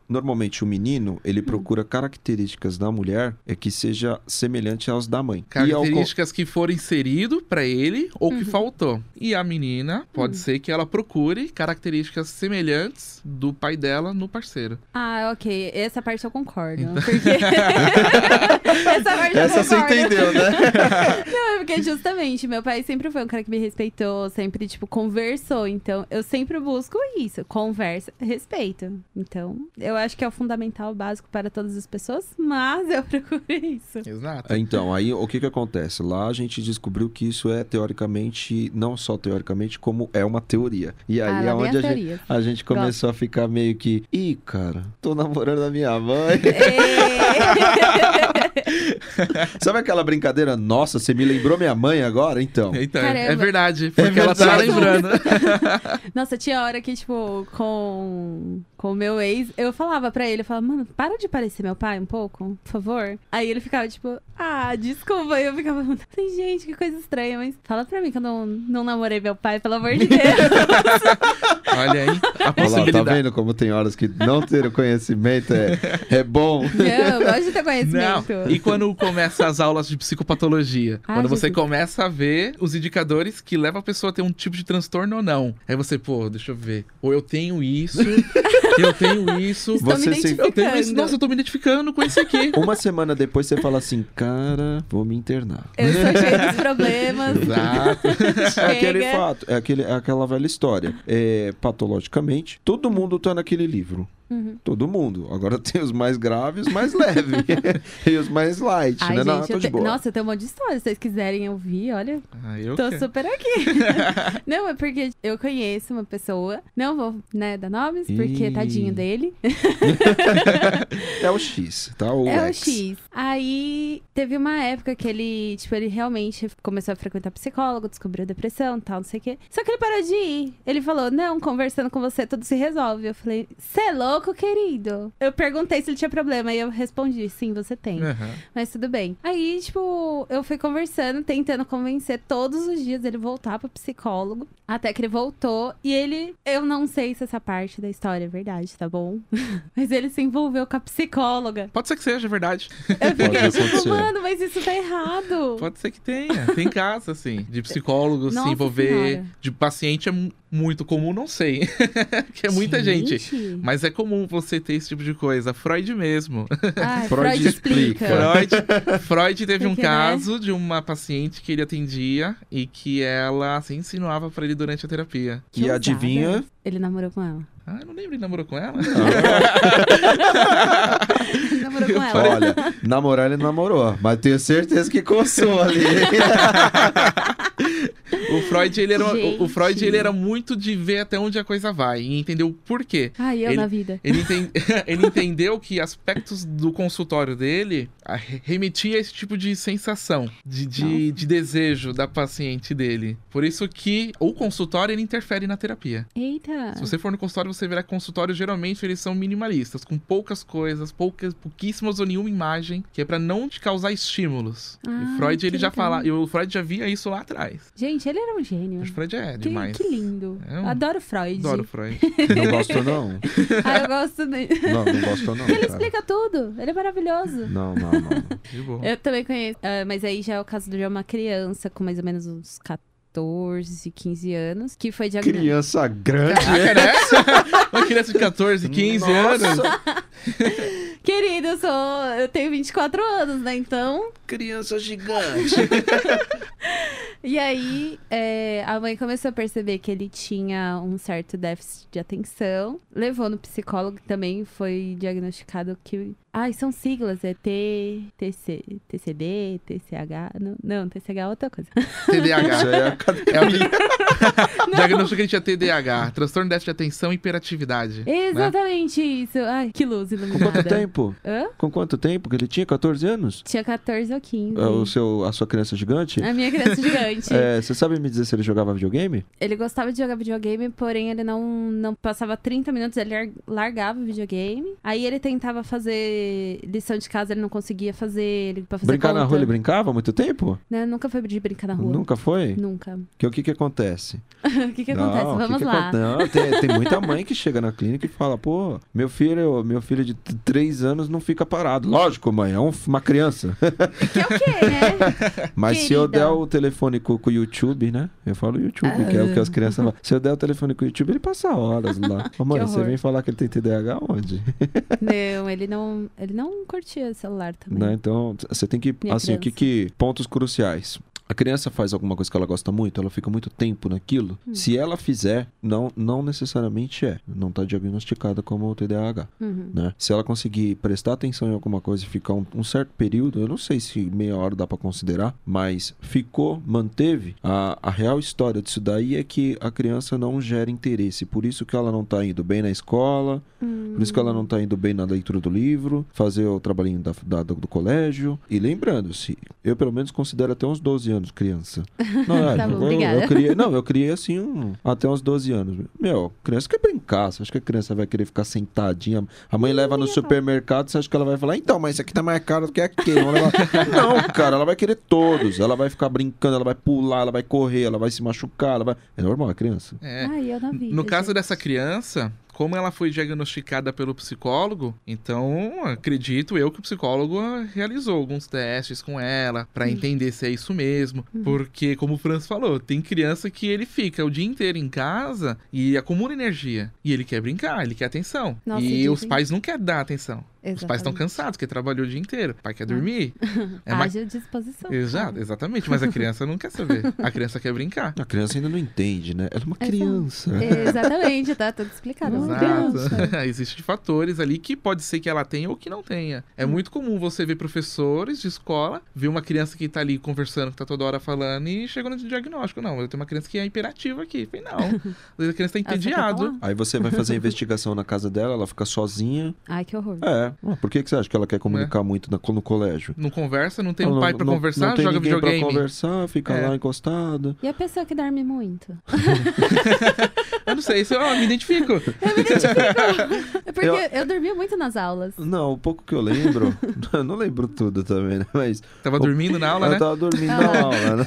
Normalmente o menino, ele procura características da mulher é que seja semelhante aos da mãe. E ao con-
características que foram inserido pra ele ou
Uhum.
que faltou. E a menina pode
Hum.
ser que ela procure características semelhantes do pai dela no parceiro.
Ah, ok. Essa parte eu concordo. Porque... *laughs* Essa parte eu
Essa você
concordo.
entendeu, né?
Não, é porque justamente meu pai sempre foi um cara que me respeitou, sempre, tipo, conversou. Então, eu sempre busco isso. Conversa, respeito. Então, eu acho que é o fundamental, o básico para todas as pessoas, mas eu *laughs* procuro isso.
Exato.
*laughs* Então, aí o que que acontece? Lá a gente descobriu que isso é teoricamente, não só teoricamente, como é uma teoria. E
Ah,
aí é onde a gente, a gente começou a ficar meio que, ih, cara, tô namorando a minha mãe.
É.
Sabe aquela brincadeira? Nossa, você me lembrou minha mãe agora? Então.
Então, é
Caramba.
verdade, porque ela tá
verdade.
lembrando.
*laughs*
*laughs*
Nossa, tinha hora que, tipo, com com o meu ex, eu falava pra ele, eu falava, mano, para de parecer meu pai um pouco, por favor. Aí ele ficava, tipo, ah, desculpa. E eu ficava, *laughs* assim, gente, que coisa estranha, mas fala pra mim que eu não, não namorei meu pai, pelo amor de Deus.
Olha aí,
Olha
a
lá, tá
possibilidade.
vendo como tem horas que não ter o conhecimento é, é bom?
não, eu gosto de ter conhecimento.
Não. E quando começa as aulas de psicopatologia?
Ai,
quando você
Jesus.
começa a ver os indicadores que levam a pessoa a ter um tipo de transtorno ou não. Aí você, pô, deixa eu ver. Ou eu tenho
*laughs*
isso, eu tenho isso.
Estou
Você
me
se-
identificando.
Eu tenho isso. Nossa, eu tô me identificando com
*laughs*
esse aqui.
Uma semana depois você fala assim, cara, vou me internar.
Eu sou cheia dos problemas.
*laughs*
Exato.
É aquele
Chega.
fato, é, aquele, é aquela velha história. É, patologicamente, todo mundo tá naquele livro.
Uhum.
Todo mundo. Agora *laughs* tem os mais graves, mais leve. *laughs* e os mais light,
Ai,
né? não,
gente,
tô
eu
de
te-
boa.
nossa, eu tenho um monte de história. Se vocês quiserem ouvir, olha,
Ah, eu
Tô
que-
super aqui.
*laughs*
não, é porque eu conheço uma pessoa. Não vou, né, dar nomes, porque
Ih.
tadinho dele.
É o X, tá? O
é
X.
o X. Aí teve uma época que ele, tipo, ele realmente começou a frequentar psicólogo, descobriu depressão tal, não sei o quê. Só que ele parou de ir. Ele falou: Não, conversando com você, tudo se resolve. Eu falei, Cê é louco, querido? Eu perguntei se ele tinha problema e eu respondi, sim, você tem.
Aham.
Mas tudo bem. Aí, tipo, eu fui conversando, tentando convencer todos os dias ele voltar pro psicólogo. Até que ele voltou. E ele, eu não sei se essa parte da história é verdade, tá bom? *laughs* mas ele se envolveu com a psicóloga.
Pode ser que seja, é verdade.
Eu fiquei tipo,
acontecer.
mano, mas isso tá errado.
Pode ser que tenha. Tem casos, assim, de psicólogo se
Nossa
envolver,
Senhora.
de paciente é mu- Muito comum, não sei. *laughs* Porque é muita gente. *laughs* Mas é comum você ter esse tipo de coisa. Freud mesmo.
Ai,
Freud
Freud,
explica.
explica. *laughs*
Freud, Freud teve um
É. Porque, né?
caso de uma paciente que ele atendia e que ela se insinuava pra ele durante a terapia.
Que
E
ousada. *laughs*
adivinha?
Ele namorou com ela.
Ah, eu não lembro, ele namorou com ela?
Ele namorou com ela.
Ah, Olha, namorar ele namorou, mas tenho certeza que
*laughs*
coçou ali.
O Freud, ele era, o- o
Gente.
Freud, ele era muito de ver até onde a coisa vai e entender o porquê.
Ai, eu
Ele-
na vida.
Ele, enten- *laughs* ele entendeu que aspectos do consultório dele ah, re- remetia a esse tipo de sensação, de, de, de desejo da paciente dele. Por isso que o consultório ele interfere na terapia.
Eita.
Se você for no consultório, você verá que consultórios geralmente eles são minimalistas, com poucas coisas, poucas, pouquíssimas ou nenhuma imagem, que é pra não te causar estímulos.
Ah,
e Freud
que
ele já
legal.
fala, e o Freud já via isso lá atrás.
Gente, ele era um gênio.
Mas Freud é
Que,
demais.
que lindo.
É um-
Adoro Freud. *laughs*
Adoro Freud.
Não gostou, não.
Ah, eu gosto
*laughs*
dele.
Não, não gostou, não.
Ele
cara.
explica tudo. Ele é maravilhoso.
Não, não, não.
De boa.
Eu também conheço. ah, mas aí já é o caso de uma criança com mais ou menos uns 14, 15 anos, que foi diagnosticada.
Criança grande.
Caraca, né? Uma criança de 14, 15 anos.
Nossa,
Querido, eu sou. Eu tenho 24 anos, né? Então.
Criança gigante.
E aí, é, a mãe começou a perceber que ele tinha um certo déficit de atenção. Levou no psicólogo que também foi diagnosticado que. Ai, são siglas, é T, TC, TCD, TCH. Não, não, TCH é outra coisa.
*laughs* Isso
TDAH.
aí é a cadeia.
É o
*laughs*
diagnóstico que ele tinha TDAH. Transtorno de déficit de atenção e hiperatividade.
É, Exatamente isso. Ai, que luz
Com
iluminada.
quanto tempo?
Hã?
Com quanto tempo que ele tinha? 14 anos?
Tinha 14 ou 15.
É, O seu, a sua criança gigante?
A minha
*laughs*
criança gigante.
É, você sabe me dizer se ele jogava videogame?
Ele gostava de jogar videogame, porém ele não, não passava 30 minutos, ele lar- largava o videogame. Aí ele tentava fazer lição de casa, ele não conseguia fazer. Ele, pra fazer
Brincar na
conta.
rua ele brincava há muito tempo?
Não, nunca foi de brincar na rua.
Nunca foi?
Nunca. *laughs*
Que o que que acontece?
o que que acontece?
Não, o que
Vamos
que
lá.
aconte- Não, tem, tem muita mãe que chega na clínica e fala, pô, meu filho, meu filho de 3 anos não fica parado. Lógico, mãe, é um- uma criança.
Que é o quê,
*laughs*
né?
Mas se eu
*laughs* Querida.
der o telefone com com o YouTube, né? Eu falo YouTube, que é o que as crianças falam. Se eu der o telefone com o YouTube, ele passa
*laughs*
horas lá. Ô, mãe,
Ah. Que
você
horror.
vem falar que ele tem TDAH onde?
não, ele não, ele não curtia celular também.
Né? Então, t- você tem que.
Minha
assim, o que, que. Pontos cruciais. A criança faz alguma coisa que ela gosta muito, ela fica muito tempo naquilo.
Hum.
Se ela fizer, não, não necessariamente é. Não tá diagnosticada como TDAH.
Uhum.
né? Se ela conseguir prestar atenção em alguma coisa e ficar um, um certo período, eu não sei se meia hora dá pra considerar, mas ficou, manteve, a, a real história disso daí é que a criança não gera interesse, por isso que ela não tá indo bem na escola, por isso que ela não tá indo bem na leitura do livro, fazer o trabalhinho da, da- do, do colégio. E lembrando-se, eu pelo menos considero até uns 12 anos
*laughs*
criança. Não, é,
Tá bom,
eu- eu,
obrigada.
criei, não, eu criei assim um, até uns 12 anos. Meu, criança quer brincar, você acha que a criança vai querer ficar sentadinha? A mãe leva no supermercado, você acha que ela vai falar, então, mas isso aqui tá mais caro do que aquele. vamos levar." *laughs* não, cara, ela vai querer todos. Ela vai ficar brincando, ela vai pular, ela vai correr, ela vai se machucar, ela vai... É normal, é criança.
É.
Ai, eu na vida.
No caso
gente.
dessa criança, como ela foi diagnosticada pelo psicólogo, então acredito eu que o psicólogo ah, realizou alguns testes com ela pra entender se é isso mesmo,
Uhum.
porque como o Franz falou, tem criança que ele fica o dia inteiro em casa e acumula energia e ele quer brincar, ele quer atenção
Nossa,
e
dizem-
os pais não querem dar atenção. Os pais estão
Exatamente. Ah.
cansados porque trabalhou o dia inteiro, o pai
*laughs*
quer dormir. É mais...
Haja disposição.
Exato, exatamente, mas a criança não quer saber. A criança
*laughs*
quer brincar.
A criança ainda não entende, né? Ela é uma
Exato.
criança.
Exatamente, tá tudo
*laughs*
explicado. é uma criança.
Exato. *laughs* Existem fatores ali que pode ser que ela tenha ou que não tenha. É muito comum você ver professores de escola, ver uma criança que tá ali conversando, que tá toda hora falando, e chegou no diagnóstico. Não, eu tenho uma criança que é hiperativa aqui. Falei,
*laughs*
não. Às vezes a
Ah, você
criança tá
quer falar?
entediado.
Aí você vai
*laughs*
fazer a investigação na casa dela, ela fica sozinha.
Ai, que horror.
É. Ah, Por que, que você acha que ela quer comunicar muito na- no colégio?
Não conversa, não É. tem
Ela
um
não-
pai pra
não-
conversar,
não tem
joga
ninguém
videogame.
Pra conversar, fica
É.
lá encostada.
E a pessoa que dorme muito?
Eu não sei, isso eu me identifico.
*laughs*
É porque
Eu-
eu... dormia muito nas aulas.
Não, o pouco que eu
*laughs*
lembro, *laughs* eu não lembro tudo também, né? Mas
Tava dormindo na aula,
eu
né?
tava dormindo na
Ah.
aula,
*laughs*
né?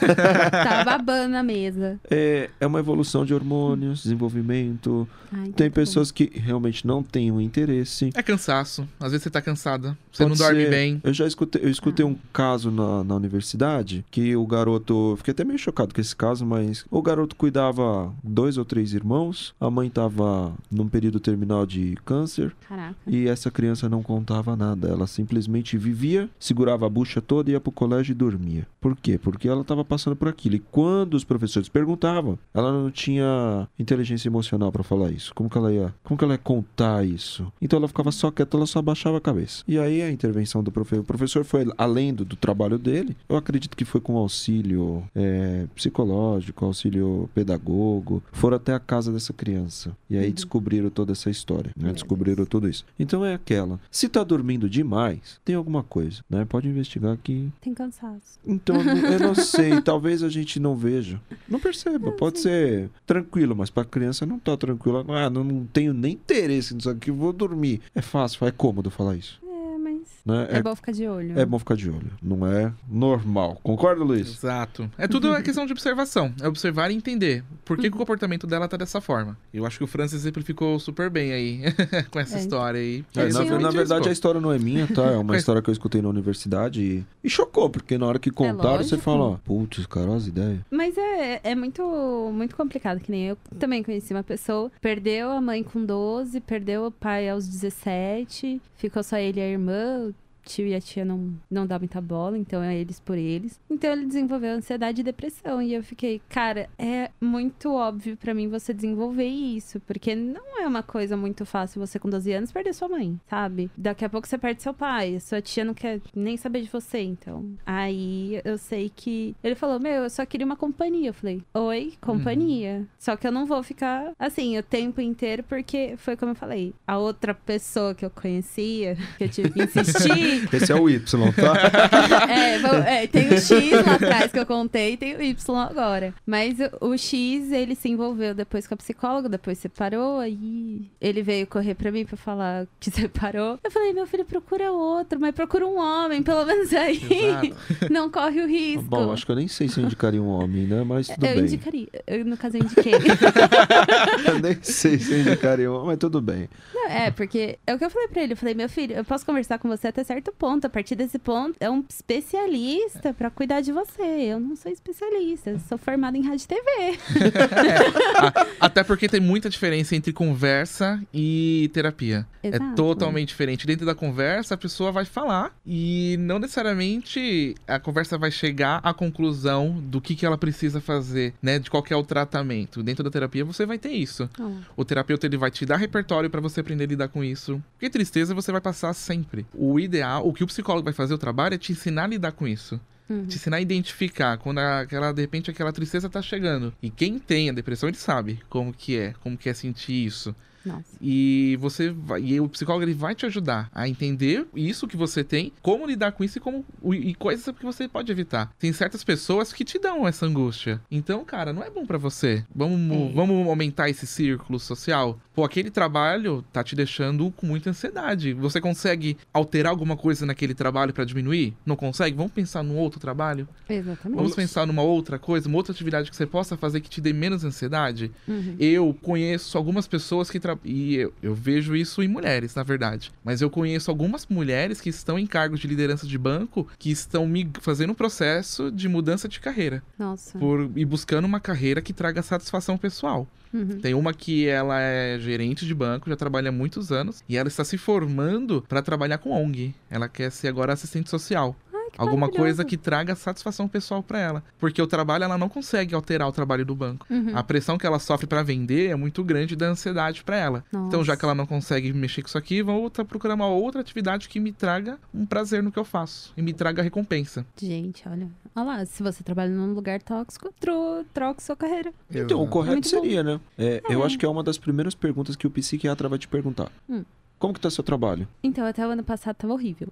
*laughs*
Tava babando na mesa.
É, é uma evolução de hormônios, desenvolvimento.
Ai, então
Tem
tá bom.
pessoas que realmente não têm o um interesse.
É cansaço. Às Às vezes você tá cansada, você
Pode
não dorme
ser.
bem.
Eu já escutei, eu escutei um caso na, na universidade que o garoto. Fiquei até meio chocado com esse caso, mas o garoto cuidava dois ou três irmãos, a mãe tava num período terminal de câncer.
Caraca.
E essa criança não contava nada, ela simplesmente vivia, segurava a bucha toda, ia pro colégio e dormia. Por quê? Porque ela estava passando por aquilo. E quando os professores perguntavam, ela não tinha inteligência emocional para falar isso. Como que ela ia, como que ela ia contar isso? Então ela ficava só quieta, ela só abaixava a cabeça. E aí a intervenção do professor, o professor foi além do, do trabalho dele. Eu acredito que foi com auxílio é, psicológico, auxílio pedagogo, foram até a casa dessa criança. E aí
Uhum.
descobriram toda essa história, né?
Meu
Descobriram
Deus.
tudo isso. Então é aquela. Se tá dormindo demais, tem alguma coisa, né? Pode investigar que.
Tem cansaço.
Então, eu não- eu
*laughs*
não sei. Talvez a gente não veja. Não perceba. Pode ser tranquilo, mas pra criança não tá tranquila. Ah, não, não tenho nem interesse nisso aqui, vou dormir. É fácil, é cômodo falar isso.
É, mas.
Né?
É, bom ficar de olho.
é bom ficar de olho. Não é normal. Concorda, Luiz?
Exato. É tudo é questão de observação. É observar e entender por que, que o comportamento dela tá dessa forma. Eu acho que o Francis exemplificou super bem aí *laughs* com essa
É.
história aí.
Sim,
É, na,
eu
na
Exatamente
verdade, a
isso,
história não é minha, tá?
*laughs*
É uma
Mas-
história que eu escutei na universidade e, e chocou, porque na hora que contaram, você
É lógico.
fala, ó, putz, cara, olha as ideias.
Mas é, é muito, muito complicado, que nem eu também conheci uma pessoa. Perdeu a mãe com 12, perdeu o pai aos 17, ficou só ele e a irmã. O tio e a tia não, não dá muita bola, então é eles por eles. Então ele desenvolveu ansiedade e depressão. E eu fiquei, cara, é muito óbvio pra mim você desenvolver isso, porque não é uma coisa muito fácil você com 12 anos perder sua mãe, sabe? Daqui a pouco você perde seu pai, sua tia não quer nem saber de você, então. Aí eu sei que ele falou: "Meu, eu só queria uma companhia". Eu falei: "Oi, companhia". Só que eu não vou ficar assim o tempo inteiro porque foi como eu falei, a outra pessoa que eu conhecia, que eu tive que insistir,
Esse é o Y, *laughs* tá?
é, vamos- é, tem o X lá atrás que eu contei, tem o Y agora. Mas o, o X, ele se envolveu depois com a psicóloga, depois separou, aí ele veio correr pra mim pra falar que *laughs* separou. Eu falei, meu filho, procura outro, mas procura um homem, pelo menos aí.
Exato.
Não corre o risco. É,
Bom, acho que eu nem sei se eu indicaria um homem, né? Mas tudo
eu
bem.
indicaria. Eu, no caso, eu indiquei.
*laughs*
*laughs*
Eu nem sei se eu indicaria um homem, mas tudo bem.
Não, é, porque é o que eu falei pra ele. Eu falei, meu filho, eu posso conversar com você até certo ponto. A partir desse ponto, é um especialista pra cuidar de você. Eu não sou especialista, eu sou formada em rádio e TV.
Até porque tem muita diferença entre conversa e terapia. É totalmente diferente. Dentro da conversa, a pessoa vai falar e não necessariamente a conversa vai chegar à conclusão do que, que ela precisa fazer, né? De qual que é o tratamento. Dentro da terapia, você vai ter isso. O terapeuta ele vai te dar repertório pra você aprender a lidar com isso. Porque tristeza você vai passar sempre. O ideal, o que o psicólogo vai fazer o trabalho é te ensinar a lidar com isso.
Uhum.
Te ensinar a identificar quando aquela, de repente aquela tristeza tá chegando. E quem tem a depressão, ele sabe como que é, como que é sentir isso.
Nossa.
E você vai, e o psicólogo ele vai te ajudar a entender isso que você tem, como lidar com isso e como e coisas que você pode evitar. Tem certas pessoas que te dão essa angústia. Então, cara, não é bom pra você. Vamos,
É.
vamos aumentar esse círculo social. Pô, aquele trabalho tá te deixando com muita ansiedade. Você consegue alterar alguma coisa naquele trabalho pra diminuir? Não consegue? Vamos pensar num outro trabalho?
Exatamente.
Vamos pensar numa outra coisa, uma outra atividade que você possa fazer que te dê menos ansiedade?
Uhum.
Eu conheço algumas pessoas que tra... e eu, eu vejo isso em mulheres, na verdade. Mas eu conheço algumas mulheres que estão em cargos de liderança de banco que estão me fazendo um processo de mudança de carreira
Nossa.
por e buscando uma carreira que traga satisfação pessoal.
Uhum.
Tem uma que ela é gerente de banco, já trabalha há muitos anos e ela está se formando para trabalhar com ONG. Ela quer ser agora assistente social. Alguma coisa
maravilhoso.
que traga satisfação pessoal para ela, porque o trabalho ela não consegue alterar o trabalho do banco.
Uhum.
A pressão que ela sofre pra vender é muito grande da ansiedade pra ela. Então, já que ela não consegue mexer com isso aqui, vou outra- procurar uma outra atividade que me traga um prazer no que eu faço e me traga recompensa.
Nossa. Gente, olha. Olha lá, se você trabalha num lugar tóxico, tro... troca sua carreira.
Então, o correto
Muito bom. Uhum.
seria, né? É, Eu acho que é uma das primeiras perguntas que o psiquiatra vai te perguntar.
Hum.
Como que tá seu trabalho?
Então, até o ano passado tava
*laughs*
horrível.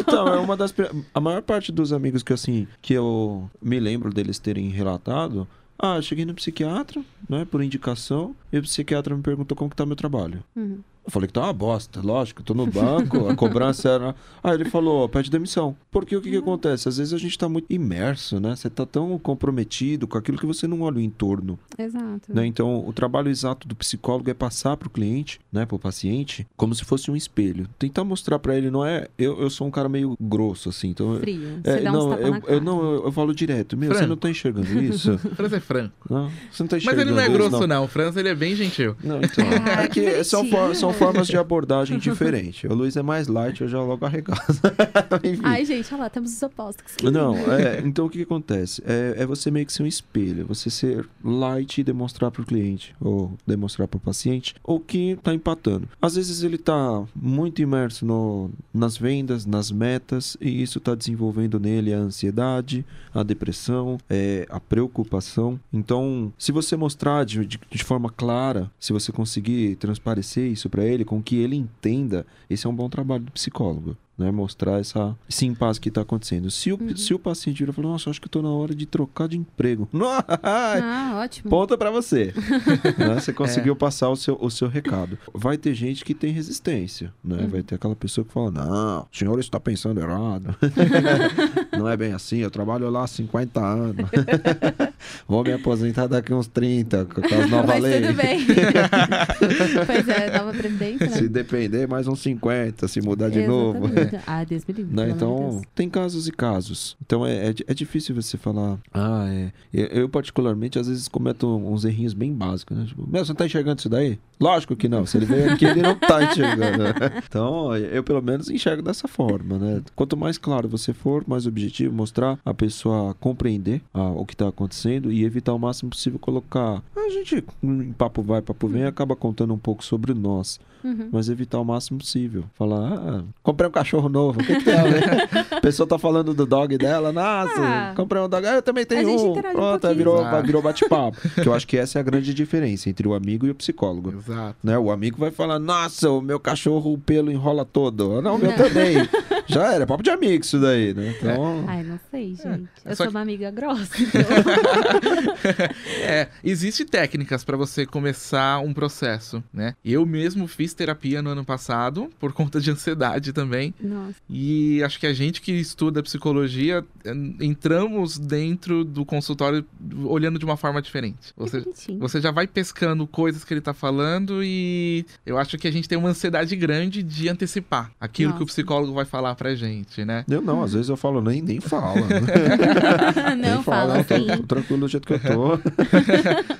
Então, é uma das. pri- A maior parte dos amigos que assim, que eu me lembro deles terem relatado. Ah, eu cheguei no psiquiatra, né? Por indicação, e o psiquiatra me perguntou como que tá meu trabalho.
Uhum.
Eu Eu falei que tá uma bosta, lógico, tô no banco, a cobrança era. Aí ele falou, ó, pede demissão. Porque o que, que acontece? Às vezes a gente tá muito imerso, né? Você tá tão comprometido com aquilo que você não olha o entorno.
Exato.
né? Então, o trabalho exato do psicólogo é passar para o cliente, né, para o paciente, como se fosse um espelho. Tentar mostrar para ele, não é. Eu, eu sou um cara meio grosso, assim, então. eu-
Frio.
é,
Você dá uns
não,
tapas
eu,
na
eu
cara.
não, eu, eu falo direto. Meu, você
Franco.
não tá enxergando
*laughs*
isso?
O Franz é franco.
Não, você não tá
Mas
enxergando
ele não é
isso,
grosso, não. O Franz, ele é bem gentil.
Não, então.
*laughs* Ah,
é
que
que são, for-
bonitinho.
são formas de abordagem diferente. O Luiz é mais light, eu já logo arregaço.
*laughs*
*laughs* Enfim.
Ai, gente, olha lá, temos os opostos. Que
Não, é, então o que, que acontece? É, é você meio que ser um espelho, você ser light e demonstrar pro cliente, ou demonstrar pro paciente, ou que tá empatando. Às vezes ele tá muito imerso no, nas vendas, nas metas, e isso tá desenvolvendo nele a ansiedade, a depressão, é, a preocupação. Então, se você mostrar de, de- de forma clara, se você conseguir transparecer isso para ele, com que ele entenda, esse é um bom trabalho do psicólogo. Né, mostrar essa, esse impasse que está acontecendo. Se o, se o paciente vira e fala, nossa, acho que estou na hora de trocar de emprego. *laughs*
Ah, ótimo.
Ponta
*laughs*
para você. Né,
É.
Você conseguiu passar o seu, o seu recado. Vai ter gente que tem resistência, né?
Uhum.
Vai ter aquela pessoa que fala, não, o senhor está pensando
*laughs*
errado. não é bem assim, eu trabalho lá há 50
*laughs*
anos. Vou me aposentar daqui uns 30, com as novas
Mas
leis.
tudo
*laughs*
bem. né? pois é, nova previdência, né?
Se depender, mais uns 50, se mudar de novo.
Exatamente. Ah, Deus me livre.
Né?
pelo amor de
Então,
Deus.
tem casos e casos. Então, é, é, di- é difícil você falar. Ah, é. Eu, eu, particularmente, às vezes cometo uns errinhos bem básicos. Né? Tipo, meu, você não tá enxergando isso daí? Lógico que não. Se ele veio aqui, ele não tá enxergando. *laughs* Então, eu, pelo menos, enxergo dessa forma, né? Quanto mais claro você for, mais objetivo, mostrar a pessoa compreender ah, o que tá acontecendo e evitar o máximo possível colocar. A gente, em papo vai, papo
Hum.
vem, acaba contando um pouco sobre nós
Uhum.
mas evitar o máximo possível. Falar, ah, comprei um cachorro novo, o que, que tem a *laughs* ver? A pessoa tá falando do dog dela, nossa,
Ah.
comprei um dog, ah, eu também tenho
gente
um.
interage um
Pronto, aí
pouquinho.
virou,
Ah.
virou bate-papo. *laughs* que eu acho que essa é a grande diferença entre o amigo e o psicólogo.
Exato.
Né? O amigo vai falar, nossa, o meu cachorro, o pelo enrola todo. "Ah, Não, o meu
Não.
também. Já era, é papo de amigo isso daí, né? Então,
Ai, não sei, gente.
É,
Eu
só
sou
que-
uma amiga
*laughs*
grossa.
É, existe técnicas pra você começar um processo, né? Eu mesmo fiz terapia no ano passado por conta de ansiedade também,
Nossa.
e acho que a gente que estuda psicologia en- entramos dentro do consultório olhando de uma forma diferente. Ou
Que
seja,
bonitinho.
Você já vai pescando coisas que ele tá falando e eu acho que a gente tem uma ansiedade grande de antecipar aquilo que o
Nossa.
psicólogo vai falar pra gente, né?
eu não, às vezes eu falo, nem, nem fala.
*laughs* não
*laughs*
nem
fala
tô-
assim.
tô tranquilo do jeito que eu tô.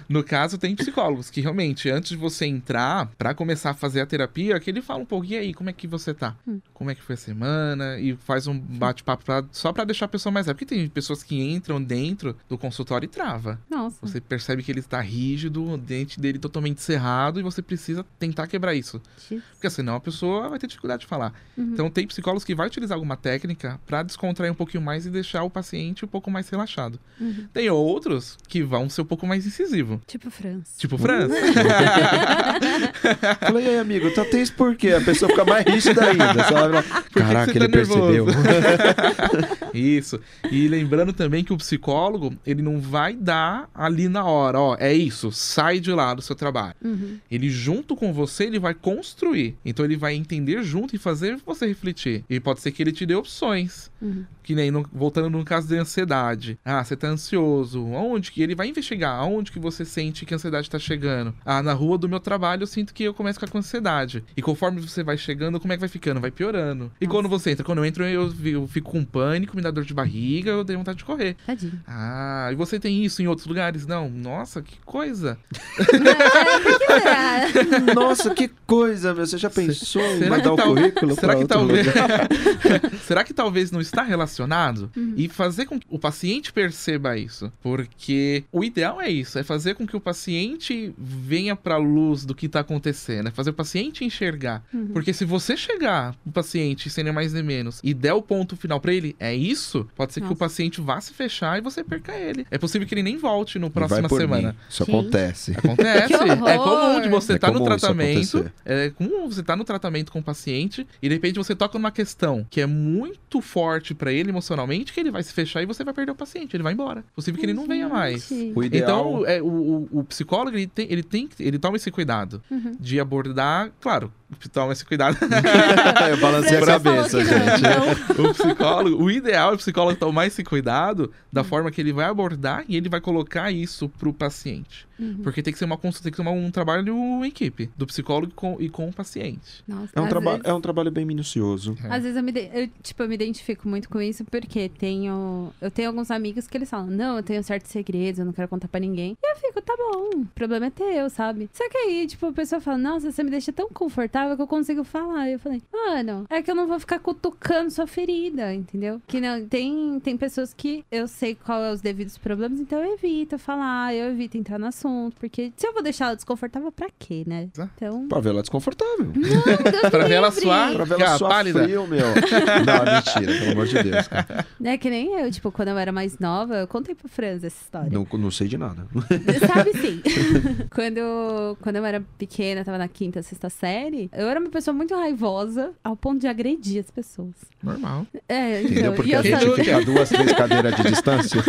No caso, tem psicólogos que realmente, antes de você entrar pra começar a fazer a terapia, que ele fala um pouco, e aí, como é que você tá?
Hum.
Como é que foi a semana? E faz um bate-papo pra- só pra deixar a pessoa mais leve. Porque tem pessoas que entram dentro do consultório e trava.
Nossa.
Você percebe que ele está rígido, o dente dele totalmente cerrado e você precisa tentar quebrar isso. Porque senão a pessoa vai ter dificuldade de falar.
Uhum.
Então tem psicólogos que vai utilizar alguma técnica para descontrair um pouquinho mais e deixar o paciente um pouco mais relaxado.
Uhum.
Tem outros que vão ser um pouco mais incisivo.
Tipo França.
Tipo o Franz. *laughs*
Falei, e aí, amigo, tá tenso por quê? A pessoa fica mais rígida ainda. Sabe? Ela,
que
Caraca,
você tá
ele percebeu.
nervoso?" isso. E lembrando também que o psicólogo, ele não vai dar ali na hora, ó, é isso, sai de lá do seu trabalho.
Uhum.
Ele junto com você, ele vai construir. Então ele vai entender junto e fazer você refletir. E pode ser que ele te dê opções.
Uhum.
Que nem no- voltando no caso da ansiedade. Ah, você tá ansioso. Aonde que ele vai investigar? Aonde que você sente que a ansiedade tá chegando? Ah, na rua do meu trabalho eu sinto que eu começo a ficar com ansiedade. E conforme você vai chegando, como é que vai ficando? Vai piorando. E
Nossa.
quando você entra? Quando eu entro, eu, vi- eu fico com pânico, me dá dor de barriga, eu tenho vontade de correr. *laughs*
Tadinho.
Ah, e você tem isso em outros lugares? Não. Nossa, que coisa.
é, Ah,
É
que
*laughs* Nossa, que coisa, meu. Você já pensou em
será que
mandar o
tal-
currículo
Será
pra
que, tá
outro
talvez...
lugar?
*laughs* Será que talvez não está relacionado?
Uhum.
E fazer com que o paciente perceba isso. Porque o ideal é isso: é fazer com que o paciente venha pra luz do que tá acontecendo. É fazer o paciente enxergar.
Uhum.
Porque se você chegar pro paciente, sem nem mais nem menos, e der o ponto final pra ele, é isso, pode ser que o
Nossa.
paciente vá se fechar e você perca ele. É possível que ele nem volte na
Vai
próxima
por *laughs*
semana.
mim. Isso
Gente.
acontece.
Acontece.
Que
É
horror!
comum de você tá no
comum isso
tratamento,
acontecer.
é como você tá no tratamento com o paciente e de repente você toca numa questão que é muito forte pra ele emocionalmente, que ele vai se fechar e você vai perder o paciente, ele vai embora. Possível que ele não venha mais.
Gente.
O ideal
*laughs* Então, é, o, o- o psicólogo, ele tem, ele tem, que- ele toma esse cuidado
Uhum.
de abordar, claro, toma esse cuidado.
é balancear a
Francisco falou
cabeça,
que
gente.
não,
o psicólogo, o ideal é o psicólogo tomar esse cuidado da forma que ele vai abordar e ele vai colocar isso pro paciente.
Uhum.
Porque tem que ser uma consulta, tem que ser uma- um trabalho em equipe, do psicólogo com- e com o paciente.
Nossa,
É um,
às
traba-
vezes-
é um trabalho bem minucioso.
Às vezes eu me, de- eu, tipo, eu me identifico muito com isso porque tenho. Eu tenho alguns amigos que eles falam, não, eu tenho certos segredos, eu não quero contar pra ninguém. E eu fico, tá bom, o problema é teu, sabe? Só que aí, tipo, a pessoa fala, nossa, você me deixa tão confortável que eu consigo falar. E eu falei, mano, é que eu não vou ficar cutucando sua ferida, entendeu? Que não, tem, tem pessoas que eu sei qual é os devidos problemas, então eu evito falar, eu evito entrar no assunto, porque se eu vou deixar ela desconfortável, pra quê, né?
Exato.
Então.
Pra ver ela desconfortável.
Pra ver ela suar,
Pra ver ela
ficar
suar
Hum, pálida.
frio, meu. Não, é mentira, pelo amor de Deus. cara.
É que nem eu, tipo, quando eu era mais nova, eu contei pro Franz essa história.
Não, não sei de nada.
Sabe
*laughs*
sim. quando, quando eu era pequena, tava na quinta, sexta série, eu era uma pessoa muito raivosa ao ponto de agredir as pessoas.
Normal.
É,
Entendeu?
então,
Porque
e eu
a gente
sabia-
fica a duas, três cadeiras de distância.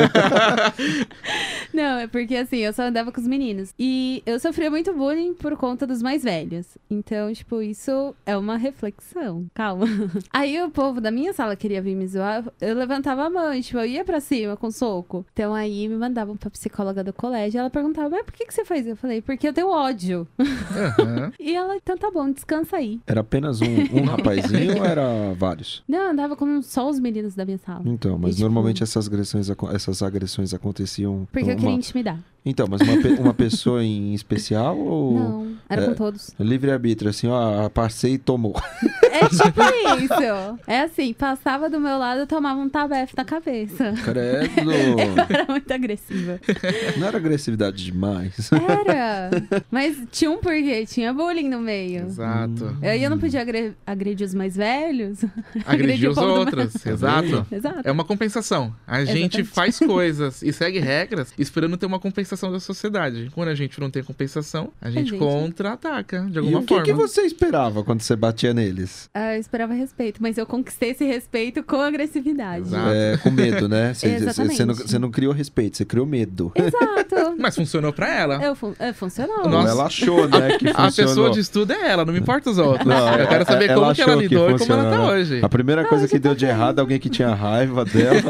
Não, é porque assim, eu só andava com os meninos. E eu sofria muito bullying por conta dos mais velhos. Então, tipo, isso é uma reflexão. Calma. *laughs* Aí o povo da minha sala queria vir me zoar, eu levantava a mão, e, tipo, eu ia pra cima com soco. Então aí me mandavam pra psicóloga do colégio. Ela perguntava, mas por que, que você faz? isso?" Eu falei, porque eu tenho ódio. *laughs*
Aham.
E ela, então tá bom, descansa aí.
Era
*laughs*
apenas um, um rapazinho ou era vários?
Não, eu andava com só os meninos da minha sala.
Então, mas
E, tipo,
normalmente essas agressões, acon- essas agressões aconteciam.
Porque eu
uma-
queria intimidar.
Então, mas uma, pe- uma pessoa
*laughs*
em especial ou.
Não, era com todos.
Livre-arbítrio, assim, ó, passei e tomou. *laughs*
É tipo isso. É assim, passava do meu lado, eu tomava um tabef na cabeça.
Credo!
*laughs* Era muito agressiva.
Não era agressividade demais.
Era. Mas tinha um porquê, tinha bullying no meio.
Exato.
Eu, eu não podia agre- agredir os mais velhos. Agredi
Agredir
o
os
povo do-
outros. Exato.
Exato.
É uma compensação. A gente
Exatamente.
faz coisas e segue regras esperando ter uma compensação da sociedade. Quando a gente não tem compensação, a gente
gente-
contra-ataca de
E
alguma
o que,
forma.
que você esperava quando você batia neles?
Ah, eu esperava respeito, mas eu conquistei esse respeito com agressividade.
Exato.
É, com
*laughs*
medo, né? Você- Você você não,
Exatamente.
você não criou respeito, você criou medo.
*laughs*
Exato.
Mas funcionou pra ela.
Eu, fun eu funcionou.
Ou
Nossa.
Ela achou, né, que
*laughs* A pessoa
funcionou.
de estudo é ela, não me importa os outros.
Não,
eu quero
é-
saber
é-
como
ela
que ela
achou que
lidou e como ela tá
funcionou, né?
hoje.
A primeira coisa que deu de errado, é alguém que tinha
*laughs*
raiva dela.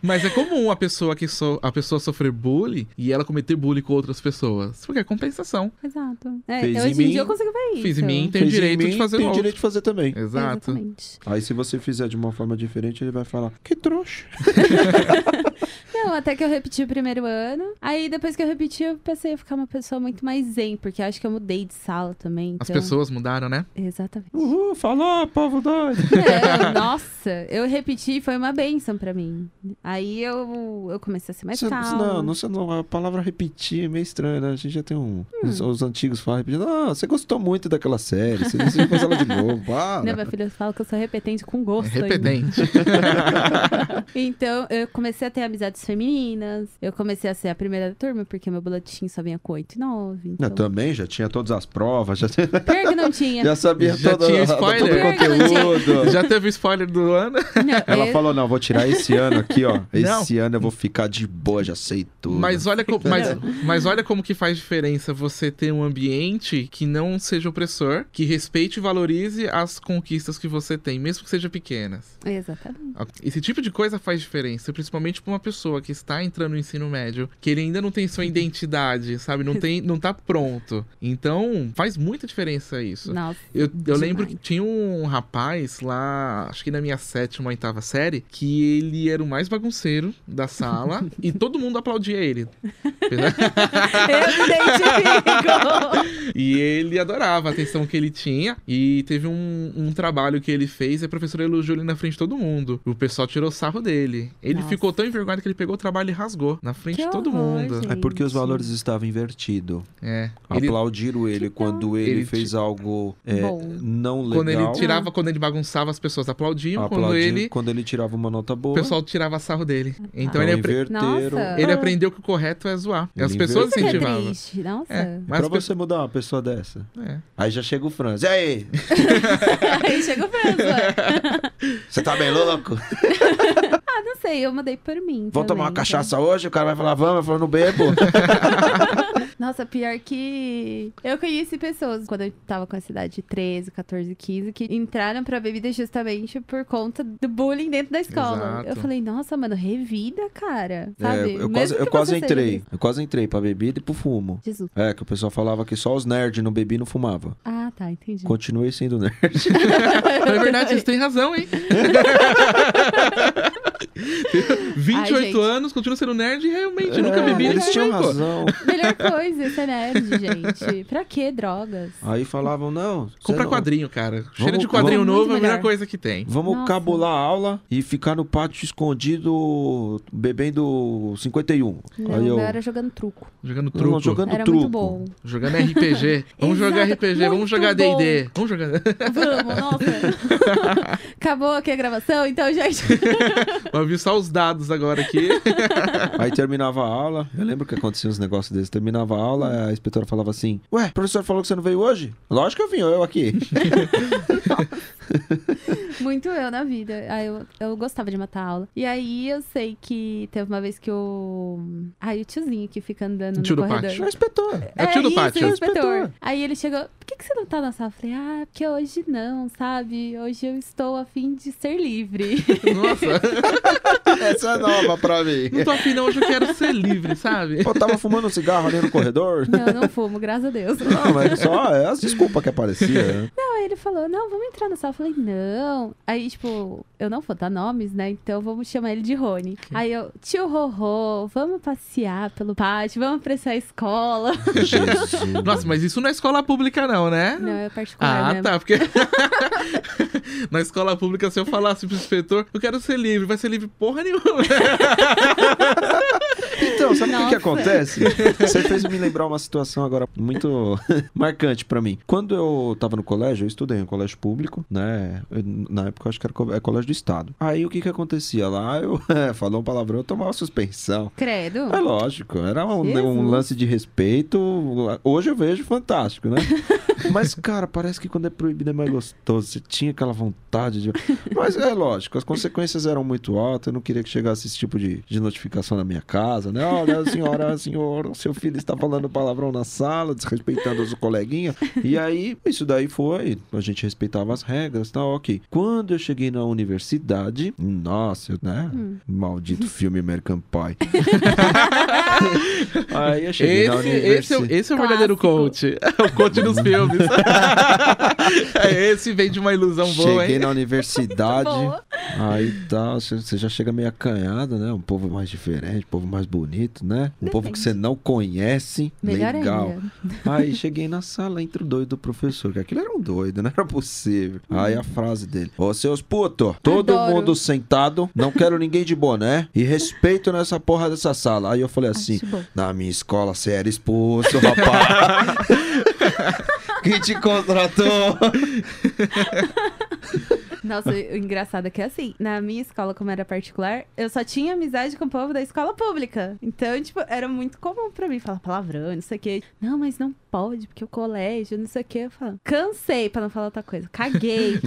Mas é comum a pessoa que so... a pessoa sofrer bullying e ela cometer bullying com outras pessoas. Porque é compensação.
Exato. É,
Fez
hoje
em
em, dia
mim,
eu consigo ver isso.
Fiz em mim, tenho
fez em
direito
mim,
de fazer
Tem
no
direito de fazer também.
outro. É. Exato.
Exatamente.
Aí se você fizer de uma forma diferente, ele vai falar, que trouxa.
Não, até que eu repeti o primeiro ano. Aí depois que eu repeti, eu pensei a ficar uma pessoa muito mais zen, porque eu acho que eu mudei de sala também.
As
então-
pessoas mudaram, né?
Exatamente.
*laughs*
Uhul,
"Ah,
falou, povo doido.
É, eu- nossa, eu repeti foi uma benção pra mim. Aí eu, eu comecei a ser mais
Você-
calma.
não, não, sei não, a palavra repetir é meio estranha, né? A gente já tem
Hum.
um... Os, os antigos falam repetindo, ah, você gostou muito daquela série, você precisa fazer ela de novo, *laughs* para.
Não, meu filho fala que eu sou repetente com
É
gosto. ainda.
repetente.
*laughs*
Então, eu comecei a ter amizades femininas. Eu comecei a ser a primeira da turma, porque meu boletim só vinha com 8 e 9.
Eu
Então...
também já tinha todas as provas, já, tinha-
Pior que não tinha.
já sabia
Já
toda-
tinha
todo o
spoiler.
conteúdo.
Já teve o spoiler do ano?
Não,
*laughs* Ela
eu-
falou, não, vou tirar esse ano aqui, ó.
Não.
Esse ano eu vou ficar de boa, já sei tudo.
Mas olha, co- mas, mas olha como que faz diferença você ter um ambiente que não seja opressor, que respeite e valorize as conquistas que você tem, mesmo que sejam pequenas.
Exatamente.
Esse tipo de coisa faz diferença, principalmente pra uma pessoa que está entrando no ensino médio, que ele ainda não tem sua identidade, sabe? Não, tem, não tá pronto. Então, faz muita diferença isso.
Nossa.
Eu, eu
Demais.
lembro que tinha um rapaz lá, acho que na minha sétima, oitava série, que ele era o mais bagunceiro da sala
*laughs*
e todo mundo aplaudia ele. *laughs*
Eu me identifico.
e E ele adorava a atenção que ele tinha. E teve um, um trabalho que ele fez é e a professora elogiou ele na frente de todo mundo. O pessoal tirou sarro dele. Ele
Nossa.
ficou tão envergonhado que ele pegou o trabalho e rasgou na frente
Que
de todo
horror,
mundo.
gente.
É porque os valores estavam invertidos.
É. Ele-
Aplaudiram ele
Que tal?
quando ele,
Ele
fez algo é,
Bom.
não legal.
quando ele tirava, quando ele bagunçava, as pessoas aplaudiam. Quando
aplaudiram.
ele.
quando ele tirava uma nota boa.
O pessoal tirava sarro dele. Então
então
ele, apre-
inverteram.
Nossa.
ele aprendeu que o correto é zoar. E as
Ele
pessoas
Ah. Isso que é
incentivavam.
triste. Nossa.
É, mas
Pra
as pessoas-
você mudar uma pessoa dessa.
é.
Aí já chega o Franz. E aí?
*laughs* Aí chega o
*laughs*
França.
Você tá bem
*laughs*
louco?
Ah, não sei, eu mudei por mim.
Vamos tomar
também,
uma
então.
cachaça hoje? O cara vai falar, vamos. Eu falo,
*laughs*
não bebo.
Nossa, pior que. Eu conheci pessoas quando eu tava com essa idade de 13, 14, 15, que entraram pra bebida justamente por conta do bullying dentro da escola.
Exato.
Eu falei, nossa, mano, revida, cara.
É,
Sabe?
eu
Mesmo
quase, eu
que
quase
você seja
entrei.
desse-
Eu quase entrei pra bebida e pro fumo.
Jesus.
É, que o pessoal falava que só os nerds não bebiam e não fumava.
Ah, tá, entendi.
Continuei sendo nerd.
É verdade, eles têm razão,
*laughs*
hein? 28
Ai, gente.
anos, continua sendo nerd e realmente nunca
É,
bebi. tipo.
Eles
ninguém
tinham
comentou.
razão.
Melhor coisa, ser nerd, gente. Pra que drogas?
Aí falavam, não. você
Compra
não-
quadrinho, cara. Cheiro
Vamos-
de quadrinho
vamos-
novo é a melhor
Melhor.
coisa que tem.
Vamos
Nossa.
cabular a aula e ficar no pátio escondido bebendo 51.
Não,
Aí eu.
eu era jogando truco.
Jogando
Não,
truco.
jogando
Era
truco.
muito bom.
Jogando RPG. Vamos jogar
Exato,
RPG, vamos
muito
jogar
bom.
DD. Vamos jogar. *laughs*
Vamos, nossa. Acabou aqui a gravação, então, gente. *laughs*
Eu vi só os dados agora aqui.
*laughs*
*laughs*
Aí terminava a aula. Eu lembro que acontecia uns negócios desses. Terminava a aula, a inspetora falava assim: Ué, o professor falou que você não veio hoje? Lógico que eu vim, eu
*laughs*
aqui.
Muito eu na vida. Ah, eu, eu gostava de matar aula. E aí eu sei que teve uma vez que o. Ai, o tiozinho que fica andando
Tio do
no corredor.
pátio.
Sou inspetor.
É o tio do
isso,
pátio.
o inspetor.
Inspetor.
Aí ele chegou, por que, que você não tá na sala? Eu falei, ah, porque hoje não, sabe? Hoje eu estou a fim de ser livre. *laughs*
Nossa,
*laughs* Essa é nova pra mim. *laughs*
não tô afim, não. Hoje eu quero ser livre, sabe?
Eu tava fumando um cigarro ali no *laughs* corredor.
não, eu não fumo, graças a
*laughs*
Deus.
Não, mas só é as desculpas que aparecia. né?
Aí ele falou, não, vamos entrar na sala. Eu falei, não. Aí, tipo, eu não vou dar nomes, né? Então vamos chamar ele de Rony. Aí eu, tio Rorô, vamos passear pelo pátio, vamos pra essa escola.
Jesus.
Nossa, mas isso não é escola pública, não, né?
Não, é particular,
Ah,
né?
tá, porque *laughs* na escola pública, se eu falasse pro inspetor, eu quero ser livre, vai ser livre porra nenhuma. né?
Então, sabe o que que,
Nossa.
acontece? Você fez me lembrar uma situação agora muito *laughs* marcante pra mim. Quando eu tava no colégio, eu estudei em um colégio público, né? Eu, na época eu acho que era co- é colégio do estado. Aí o que que acontecia lá? Eu *laughs* falou um palavrão, eu tomava suspensão.
Credo.
É lógico, era um,
Jesus.
um lance de respeito. Hoje eu vejo
*laughs*
fantástico, né? Mas, cara, parece que quando é proibido é mais gostoso. Você tinha aquela vontade de. Mas é lógico, as consequências eram muito altas. Eu não queria que chegasse esse tipo de, de notificação na minha casa, né? Olha, senhora, senhor, o seu filho está falando palavrão na sala, desrespeitando os coleguinhas. E aí, isso daí foi. A gente respeitava as regras, tá? Ok. Quando eu cheguei na universidade, nossa, eu, né?
Hum.
Maldito filme American Pie. Aí eu cheguei na
Esse, esse, é, o-
universidade.
esse é o verdadeiro coach.
Clássico.
É o coach *laughs*
*laughs*
dos filmes. É, esse vem de uma ilusão boa,
Cheguei
hein?
na universidade,
Boa.
aí tal, você- você já chega meio acanhado, né? Um povo mais diferente, um povo mais bonito, né? Um povo que você não conhece.
Melhor
Legal.
ainda.
*laughs* Aí cheguei na sala, entra o doido do professor, que aquilo era um doido, não era possível. Aí a frase dele: Ô seus puto, todo
Hum. Adoro.
mundo sentado, não quero ninguém de boné e respeito nessa porra dessa sala. Aí eu falei assim:
Acho bom.
Na minha escola você era expulso,
*laughs*
rapaz. *laughs* Quem te contratou?
Nossa, o engraçado é que assim, na minha escola, como era particular, eu só tinha amizade com o povo da escola pública. Então, tipo, era muito comum pra mim falar palavrão, não sei o quê. Não, mas não pode, porque o colégio, não sei o quê. Eu falo, cansei pra não falar outra coisa. Caguei.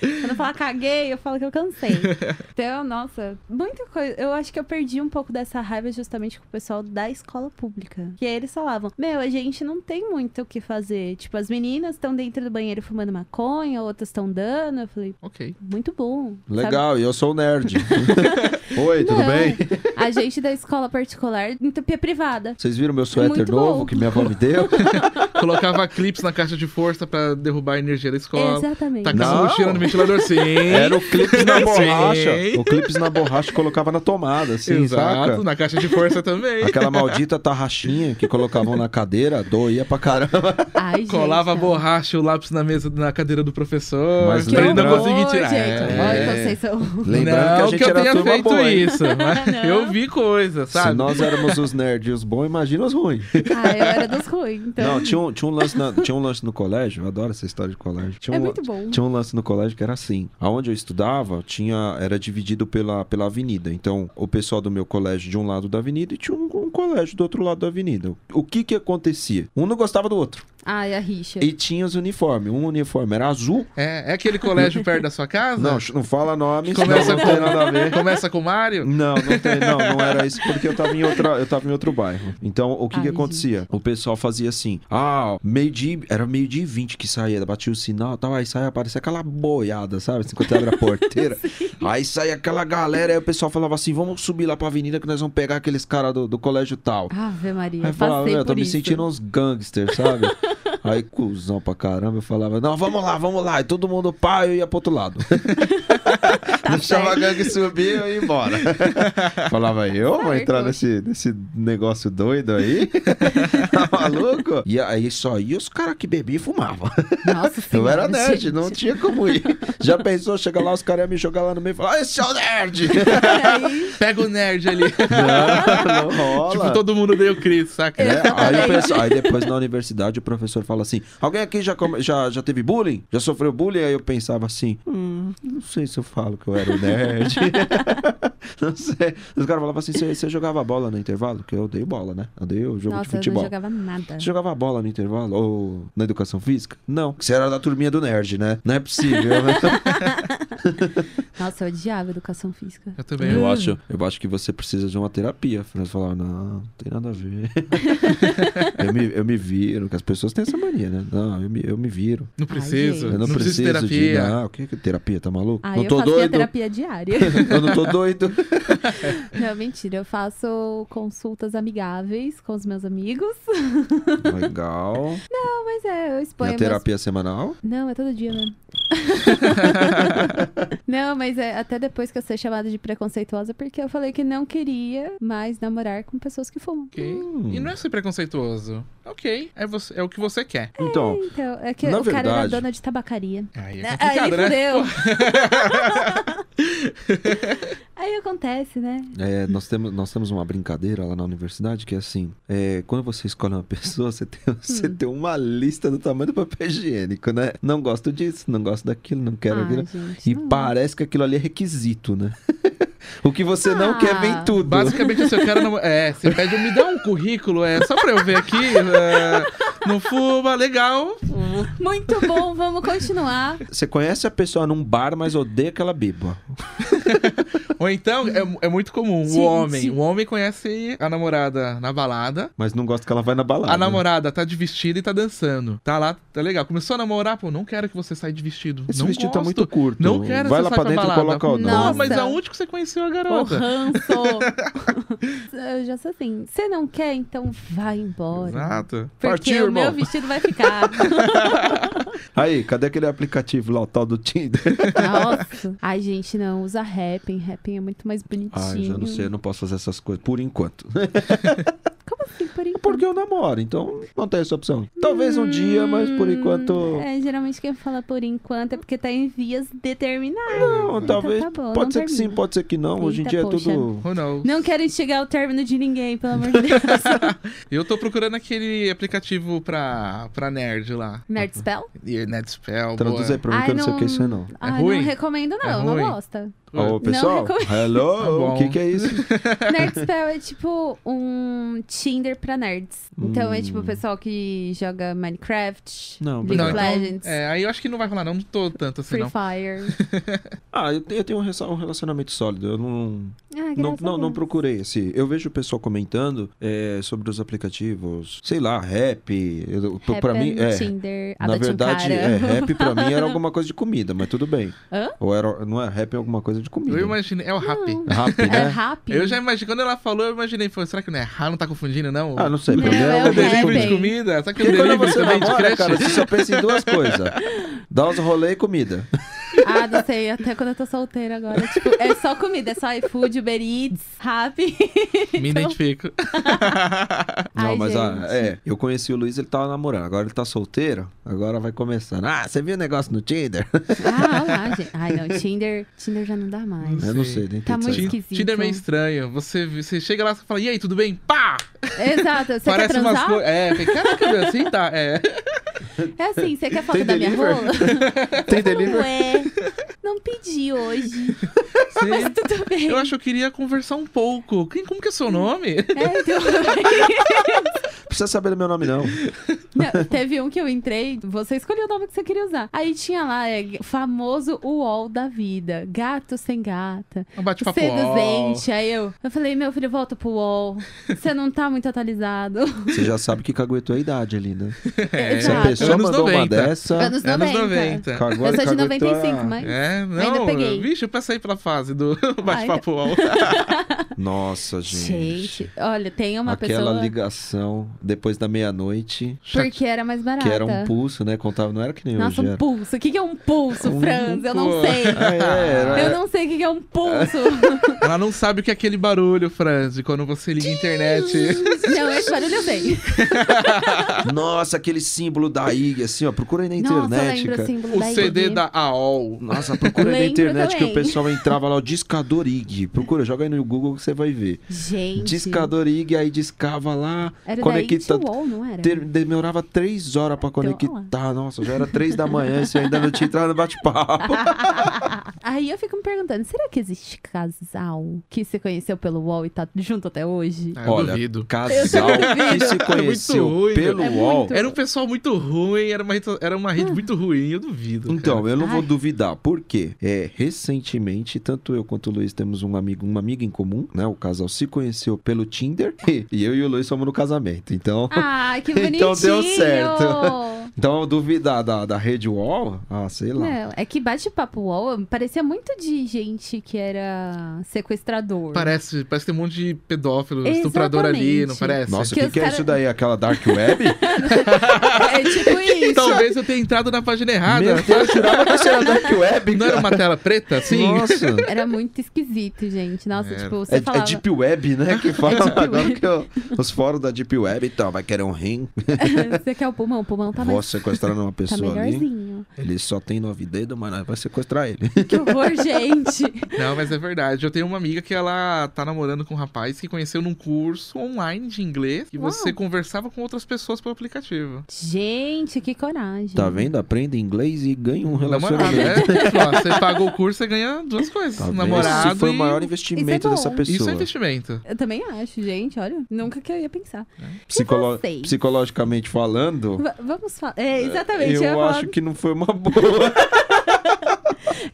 Quando eu falar caguei, eu falo que eu cansei. Então, nossa, muita coisa. Eu acho que eu perdi um pouco dessa raiva justamente com o pessoal da escola pública. Que aí eles falavam: Meu, a gente não tem muito o que fazer. Tipo, as meninas estão dentro do banheiro fumando maconha, outras estão dando. Eu falei:
Ok.
Muito bom. sabe?
Legal, e eu sou um nerd. *laughs* Oi, tudo
Não,
bem?
A gente da escola particular entupia privada.
Vocês viram meu suéter
Muito
novo
bom.
que minha avó me
*laughs*
deu?
Colocava clips na caixa de força pra derrubar a energia da escola.
Exatamente.
Tacava
Não.
mochila no ventilador, sim.
Era um o clipe na
Sim.
borracha. O clipes
*laughs*
na borracha que colocava na tomada, assim,
Exato,
saca?
na caixa de força também.
Aquela maldita tarraxinha que colocavam na cadeira, doía pra caramba.
Ai, gente,
Colava a
não.
borracha e o lápis na mesa, na cadeira do professor.
Mas
pra ele não
lembra-
conseguir tirar.
Gente,
É.
Olha, então, Conceição.
Lembrando
não
que a gente
eu
era
tenha
turma
feito
boa,
*laughs*
hein?
isso. mas
Não.
eu vi coisa,
Se
sabe?
nós éramos os nerds e os bons, imagina os ruins.
Ah, eu era dos ruins, então.
Não, tinha um, tinha, um lance na- tinha um lance no colégio, eu adoro essa história de colégio. Tinha
é
um,
muito bom.
Tinha um lance no colégio que era assim. Aonde eu estudava, tinha era dividido pela, pela avenida. Então, o pessoal do meu colégio de um lado da avenida e tinha um, um colégio do outro lado da avenida. O que que acontecia? Um não gostava do outro.
Ai, a rixa.
E tinha os uniformes. Um uniforme era azul.
É, é aquele colégio perto da sua casa?
Não, não fala nome, senão
*laughs* Começa
não
com-
tem nada a ver.
Começa com o Mário?
Não, não, tem, não, não era isso, porque eu tava em, outra, eu tava em outro bairro. Então, o que
Ai,
que acontecia? O pessoal fazia assim, ah, ó, meio dia, era meio dia e 20 que saía, batia o sinal e tal, aí saía, parecia aquela boiada, sabe? Assim, quando abre a porteira, aí saía aquela galera, aí o pessoal falava assim, vamos subir lá pra avenida que nós vamos pegar aqueles caras do, do colégio tal.
Ave Maria,
Aí eu falava,
passei
meu,
por
tô me
isso.
sentindo uns gangsters, sabe? Aí, cuzão pra caramba, eu falava, não, vamos lá, vamos lá. E todo mundo, pá, eu ia pro outro lado. Deixava a gangue subir, eu ia embora. falava, eu vou
Certo.
entrar nesse, nesse negócio doido aí? tá maluco? E aí só ia os caras que bebiam e fumavam.
Nossa
Eu
senhora,
era nerd,
gente. *laughs*
não tinha como ir. Já pensou, chega lá, os caras iam me jogar lá no meio e falar, ai, seu nerd!
Aí,
Pega o nerd ali.
não, não *laughs* rola.
tipo, todo mundo deu o Cris, saca?
*laughs*
Né? Aí,
Exatamente.
o pessoal- aí depois na universidade o professor fala assim: alguém aqui já, come- já, já teve bullying? Já sofreu bullying? Aí eu pensava assim: hum, não sei se eu falo que eu era um nerd. *laughs* não sei. Os caras falavam assim: você você jogava bola no intervalo? Que eu odeio bola, né? Odeio jogo de
nossa, eu não
futebol.
jogava nada.
Você jogava bola no intervalo? Ou na educação física? Não. Você era da turminha do nerd, né? Não é
*laughs*
possível, né?
Nossa, eu odiava educação física.
Eu também.
Hum.
Eu acho, eu acho que você precisa de uma terapia. Franz falar, "Ah, não, não tem nada
*laughs*
a ver. eu, me, eu me viro, que as pessoas têm essa mania, né? Não, eu me, eu me viro.
Não preciso.
gente.
Eu não, preciso,
preciso de
de.
terapia.
Ah, o que, que terapia? Tá maluco?
Aí
não
Ah, eu
tô
faço minha
doido.
terapia
*laughs*
diária.
eu não tô
*laughs*
doido.
não, mentira, eu faço consultas amigáveis com os meus amigos.
Legal.
Não, mas é, eu
E
exponho
a
meus
terapia semanal?
Não, é todo dia
*laughs*
mesmo. não, mas é, até depois que eu ser chamada de preconceituosa, porque eu falei que não queria mais namorar com pessoas que fumam.
Ok.
Hum.
E não é ser preconceituoso. Ok. É, você- é o que você quer.
Então,
É, então, é que
na
o cara era
verdade-
dona de tabacaria.
Aí é
Né?
complicado,
Aí
né?
fudeu.
*laughs*
Aí acontece, né?
é, nós, temos, nós temos uma brincadeira lá na universidade que é assim: é, quando você escolhe uma *laughs* pessoa, você tem, você
Hum.
tem uma lista do tamanho do papel higiênico, né? Não gosto disso, não gosto daquilo, não quero
Ai,
aquilo.
gente,
E
não.
parece que aquilo ali é requisito, né? *laughs* o que você não
Ah.
quer vem tudo.
Basicamente, o seu cara não. É, você pede, me dá um currículo, é só pra eu ver aqui. é, não fuma, legal.
Muito bom, vamos
*laughs*
continuar.
Você conhece a pessoa num bar, mas odeia que ela beba.
Ou então, é, é muito comum.
Sim,
o homem.
sim.
O homem conhece a namorada na balada.
Mas não gosta que ela vai na balada.
A namorada tá de vestido e tá dançando. Tá lá, tá legal. Começou a namorar, pô, não quero que você saia de vestido.
Esse
não
vestido
gosto.
tá muito curto.
Não quero
Vai
essa
lá pra
saia
dentro e
balada.
coloca o
Não,
Nossa.
nome.
mas aonde que você conheceu a
O
*laughs*
garota?
ranço. eu já sou assim, você não quer, então vai embora.
Exato.
Porque
Partiu,
o meu
irmão.
vestido vai
*laughs*
ficar.
Aí, cadê aquele aplicativo lá, o tal
*laughs*
do Tinder?
Nossa. Ai, gente, não, usa Happn. Happn é muito mais bonitinho.
Ah, eu já não sei, eu não posso fazer essas coisas por enquanto. *laughs*
Como assim, por enquanto?
É Porque eu namoro, então não tem essa opção. Talvez um dia, mas por enquanto.
É, geralmente quem fala por enquanto é porque tá em vias determinadas.
Não, talvez.
tá bom, não
pode ser que
termina.
sim, pode ser que não. Hoje em
Eita,
dia é
poxa.
tudo.
Ou não.
Não quero enxergar o término de ninguém, pelo amor de
*laughs*
Deus.
Eu tô procurando aquele aplicativo pra, pra nerd lá.
Nerd
É
Spell?
E Netspell,
Traduz aí
boa.
pra mim
Ai,
que eu não sei o que é isso aí, não.
Ah,
ruim?
não recomendo não,
É
uma
ruim?
bosta.
Ô, pessoal,
recomendo.
Tá
hello,
bom.
o que, que é isso?
Nerd Spell é tipo um Tinder pra nerds. Então é
Hum.
tipo o pessoal que joga Minecraft,
Não,
League
Não,
of
então,
Legends,
É, aí eu acho que não vai rolar, não. Não tô tanto assim,
Free
não. *laughs*
Fire.
Ah, eu te- eu tenho um resa- um relacionamento sólido. Eu não,
Ah,
não,
graças a
não, não
Deus.
procurei. Assim, eu vejo o pessoal comentando é, sobre os aplicativos, sei lá, rap. Eu, pra- pra mim,
Happn,
é.
Tinder, ah,
Na verdade, é, rap pra mim era
algum.
alguma coisa de comida, mas tudo bem.
Hã?
Ou era, não é rap, é alguma coisa de comida.
Eu imaginei. É o rap.
Não. *laughs*
Rap,
*laughs* É
né?
rap.
Eu já imaginei. Quando ela falou, eu imaginei. Falei, será que não é rap? Não tá confundindo, não?
Ah, não sei.
Não,
pra mim
é
era
o
o
um
delivery
rap,
de
hein?
comida? Só que o
Porque quando
*laughs*
delivery
você
também de
namora,
creche?
*laughs*
cara, você só pensa em duas coisas. Dar uns rolê e comida.
Ah, não sei, até quando eu tô solteira agora. Tipo, é só comida, é só iFood, Uber Eats, Rappi.
Me identifico.
Então,
Não,
Ai,
mas ah,
gente.
é, eu conheci o Luiz, ele tava namorando. Agora ele tá solteiro, agora vai começando. Ah, você viu o negócio no Tinder?
*laughs*
*laughs*
Ah, lá, gente. Ai, não, Tinder, Tinder já não dá mais.
Eu não sei, nem
Tá
tentei
muito
saber.
Ti-
esquisito.
Tinder é meio estranho. Você, você chega lá e fala, e aí, tudo bem? Pá!
Exato, você
Parece
quer
umas
transar?
coisas. É, eu falei, caraca, meu, assim tá. É.
É assim, você quer foto
Tem
da minha
delivery?
rola?
*laughs* Tem delivery?
Ué, não pedi hoje, *laughs*
Você-
mas tudo bem.
Eu acho que eu queria conversar um pouco. Quem, como que é
*laughs*
seu nome?
É, tudo bem.
Precisa saber do meu nome, não.
Não, teve um que eu entrei, você escolheu o nome que você queria usar. Aí tinha lá, é, famoso UOL da vida. Gato sem gata.
Um
Tipo
bate-papo.
Seduzente. Aí eu, eu falei, meu filho, volta pro UOL. Você não tá muito
*laughs*
atualizado.
Você já sabe que caguetou a idade ali, né?
É,
Se a
Exato.
pessoa
anos
mandou
90.
uma dessa.
Anos 90.
Anos 90.
Cagou,
Eu sou de
caguetou a-
95, mas...
É, não.
Ainda peguei.
Vixe, eu passei pela fase do *laughs* bate-papo. UOL.
Nossa, gente.
Gente, olha, tem uma
Aquela
pessoa...
ligação depois da meia-noite,
Porque era mais barata.
que era um pulso, né? Contava, não era que nem
Nossa,
hoje
um
era.
pulso. O que, que é um pulso,
Um
Franz? Eu não
*laughs*
sei.
Ah, é, era-
Eu não sei o que, que é um pulso.
*laughs*
Ela não sabe o que é aquele barulho, Franz, de quando você liga a internet.
não, é esse barulho eu sei.
Nossa, aquele símbolo da IG, assim, ó. Procura aí na
Nossa, eu
internet,
lembro assim,
cara.
o símbolo
O
da
CD
IG.
da AOL.
Nossa, procura aí na
Lembro
internet que o
também.
pessoal entrava lá, o discador IG. Procura, joga aí no Google que você vai ver.
Gente.
Discador IG, aí discava lá,
Era
conecta.
da AOL, não era?
ter- demorava três horas
Então,
pra conectar. Nossa, já era três da manhã, você ainda não tinha entrado no
*laughs*
bate-papo.
Aí eu fico me perguntando, será que existe casal que se conheceu pelo UOL e tá junto até
*laughs*
hoje?
Ah, eu
Olha,
duvido.
Casal que se conheceu
ruim,
pelo
é
UOL.
muito-
Era um pessoal muito ruim, era uma, rede- era uma rede muito ruim, eu duvido.
Então, eu não vou
Ai.
duvidar, porque é, recentemente, tanto eu quanto o Luiz temos um amigo, uma amiga em comum, né? O casal se conheceu pelo Tinder e, e eu e o Luiz fomos no casamento. Então,
Ah, que bonitinho!
Então deu
*laughs*
certo. então eu duvidar da, da rede UOL, ah, sei lá.
Não, é que bate-papo UOL parecia muito de gente que era sequestrador.
Parece, parece que tem um monte de pedófilo, estuprador ali, não
Exatamente.
parece?
Nossa, o
Que
que,
os
que é
cara-
isso daí? Aquela Dark Web?
*laughs* É
*laughs*
tipo isso.
Então, Talvez eu tenha entrado na página errada.
Meu Deus, eu jurava que isso era Dark Web,
Não
cara.
era uma tela preta, assim?
Nossa.
Era muito esquisito, gente. Nossa,
Era.
tipo, você
É, é
falava... é
Deep Web, né? Que fala
Deep
agora
Web.
que eu- os fóruns da Deep Web, então, vai querer um rim.
*laughs* você quer o pulmão? O pulmão tá,
Vou
mais...
sequestrar uma
tá
pessoa ali.
melhorzinho.
Ele só tem nove dedos, mas nós vai sequestrar ele. *laughs*
Que horror, *laughs* gente.
Não, mas é verdade. Eu tenho uma amiga que ela tá namorando com um rapaz que conheceu num curso online de inglês e
Uau.
você conversava com outras pessoas pelo aplicativo.
Gente, que coragem.
Tá vendo? Aprenda inglês e ganha um
Namorado,
relacionamento.
né? Ó, você pagou o curso, você ganha duas coisas.
Tá vendo?
namorado
Esse foi
e...
o maior
Isso
investimento
é bom.
dessa pessoa.
Isso é investimento.
Eu também acho, gente. Olha, nunca que eu ia pensar.
Psicolo-
E vocês?
Psicologicamente falando,
Va- vamos falar. É, exatamente. Eu, ia
eu
falar,
acho que não foi
*laughs*
uma boa.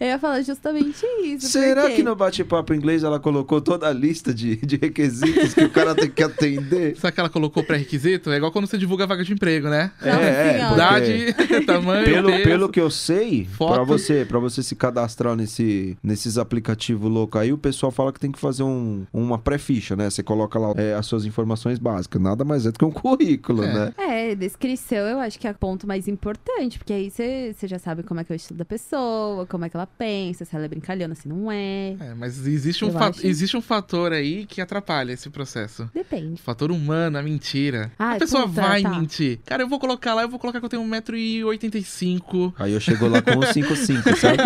eu ia falar justamente isso.
Será
porque-
que no bate-papo inglês ela colocou toda a lista de, de requisitos que o cara tem que atender?
Sabe que ela colocou pré-requisito? É igual quando você divulga a vaga de emprego, né?
Nossa
É,
Senhora.
porque *laughs*
Idade, tamanho,
Pelo,
peso.
pelo que eu sei,
Foto.
pra você, para você se cadastrar nesse, nesses aplicativos loucos aí, o pessoal fala que tem que fazer um- uma pré-ficha, né? Você coloca lá é, as suas informações básicas. Nada mais é do que um *laughs* currículo,
É.
né?
É, descrição eu acho que é o ponto mais importante, porque aí você você já sabe como é que é o estilo da pessoa, como é que ela pensa, se ela é brincalhona, se não é.
É, mas existe um,
Eu
fa-
acho.
existe um fator aí que atrapalha esse processo. O
Depende.
fator humano, a mentira.
Ai,
a pessoa
puta,
vai
tá.
mentir. Cara, eu vou colocar lá, eu vou colocar que eu tenho
*laughs*
1,85m.
Aí eu chego lá com um 5-5, sabe?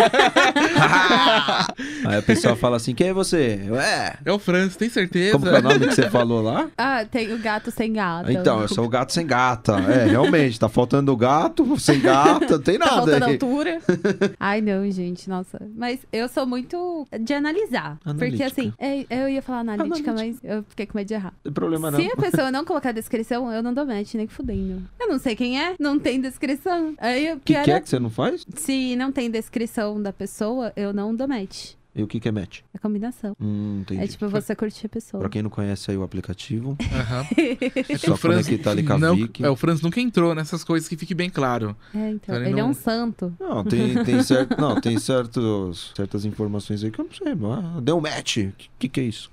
aí a pessoa fala assim: quem é você? Eu, é.
É o Franz, tem certeza?
Como que é o nome que você falou lá?
Ah, tem o gato sem gato.
Então, eu sou o gato sem gata. É, realmente, tá faltando o gato, sem gata, não tem
Tá
nada
faltando
aí.
altura. *laughs* Ai, não, gente, nossa. Mas eu sou muito de analisar. Porque
Analítica.
assim, é- eu ia falar analítica,
Analítica.
mas eu fiquei com medo de errar.
Não tem problema não.
Se a
*laughs*
pessoa não colocar descrição, eu não dou match, nem fudendo. Eu não sei quem é, não tem descrição. Aí o
O que,
pior
que é
é,
que você não faz?
se não tem descrição da pessoa, eu não dou match.
E o que, que é match?
É combinação.
Hum, entendi.
É tipo você curtir a pessoa.
Pra quem não conhece aí o aplicativo,
Aham.
é
O
só
Franz-
conectar ali com a
não,
Vic.
é, o Franz nunca entrou nessas coisas, que fique bem claro.
*laughs* É, então.
Ele
Ele, é
não-
um santo.
Não, tem, tem, cer... não, tem certos, certas informações aí que eu não sei. mas ah, Deu match. O que, que é isso?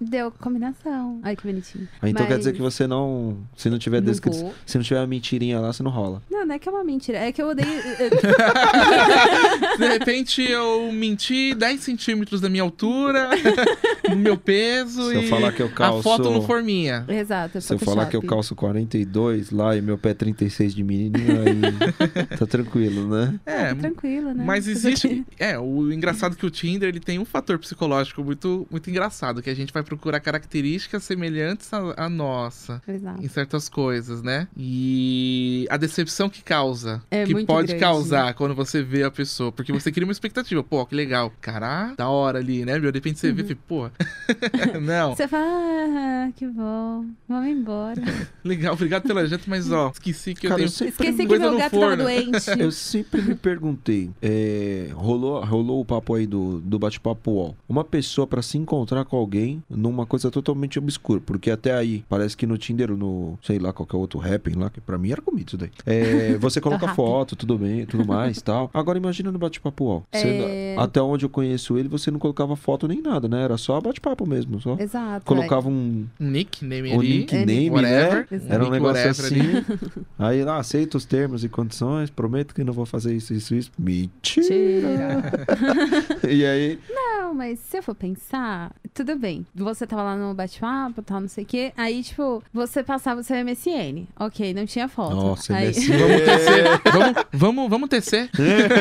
Deu combinação. Ai, que bonitinho.
Ah, Então quer
Mas-
dizer que você não. Se não tiver
Não
descrição.
vou.
Se não tiver a mentirinha lá, você não rola.
Não, não é que é uma mentira. É que eu odeio.
*laughs*
De repente eu menti 10 centímetros da minha altura, *laughs* do meu peso
Se eu
e
falar que eu calço-
a foto não for minha.
Exato. é
Se eu falar
Photoshop.
que eu calço 42 lá e meu pé é 36 de menininho,
*laughs*
aí tá tranquilo, né?
É,
Tranquilo, né?
mas
Fazer o quê?
existe... É, o engraçado é que o Tinder, ele tem um fator psicológico muito, muito engraçado, que a gente vai procurar características semelhantes à- à nossa.
*laughs* Exato.
em certas coisas, né? E a decepção que causa,
É
que
muito
pode
grande.
causar quando você vê a pessoa, porque você cria uma expectativa, pô, que legal, cara, da hora ali, né? Meu, de repente você
Uhum.
vê, e fica, pô, *laughs* não,
Você fala, ah, que bom, vamos embora.
legal, obrigado pela janta, mas ó, esqueci que
Cara,
eu
eu
tenho.
sempre,
Esqueci que
coisa no
meu gato
forno.
tava doente.
eu sempre me perguntei. é, rolou, rolou o papo aí do, do bate-papo UOL. Uma pessoa pra se encontrar com alguém numa coisa totalmente obscura. Porque até aí, parece que no Tinder, no sei lá, qualquer outro rapping lá, que pra mim era comido isso daí.
*laughs*
É, você coloca
Happn.
foto, tudo bem, tudo mais tal. Agora imagina no bate-papo UOL. Você
É.
não- até onde eu conheço ele, você não colocava foto nem nada, né? Era só bate-papo mesmo. Só.
Exato.
Colocava um,
Um nickname
o
ali.
nickname, né?
whatever,
Era um
nick
negócio
whatever
assim.
ali.
*laughs* Aí lá, aceito os termos e condições, prometo que não vou fazer isso, isso, isso. Mentira!
Mentira.
*laughs* e aí,
é, Não, mas se eu for pensar, tudo bem. Você tava lá no bate-papo, tal, não sei o quê. Aí, tipo, você passava o seu MSN. Ok, não tinha foto.
nossa,
aí...
MSN.
Vamos tecer, vamos, vamos, vamos tecer.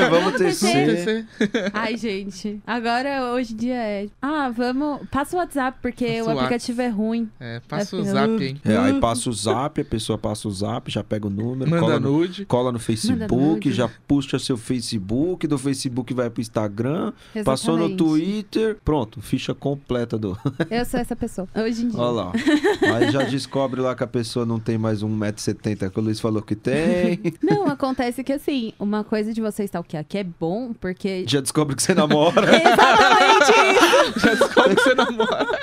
Vamos
Vamos
tecer.
tecer.
*laughs* Ai, gente. Agora, hoje em dia é. Ah, vamos. Passa o WhatsApp, porque
Passa
o
o
aplicativo é ruim.
É, passa o
Vai
zap, hein?
É, aí passa o zap, a pessoa passa o zap, já pega o número,
Manda
cola no,
nude.
cola no
nude.
Facebook, já puxa seu Facebook, do Facebook vai pro Instagram,
Exatamente.
passou no Twitter, pronto, ficha completa do. *laughs*
Eu sou essa pessoa. Hoje em dia.
Olha lá. Aí já descobre lá que a pessoa não tem mais 1,70m que o Luiz falou que tem. *laughs*
Não, acontece que assim, uma coisa de você stalkear que é bom, porque.
Já descobre que você namora.
*laughs* Exatamente!
Já descobre que você namora.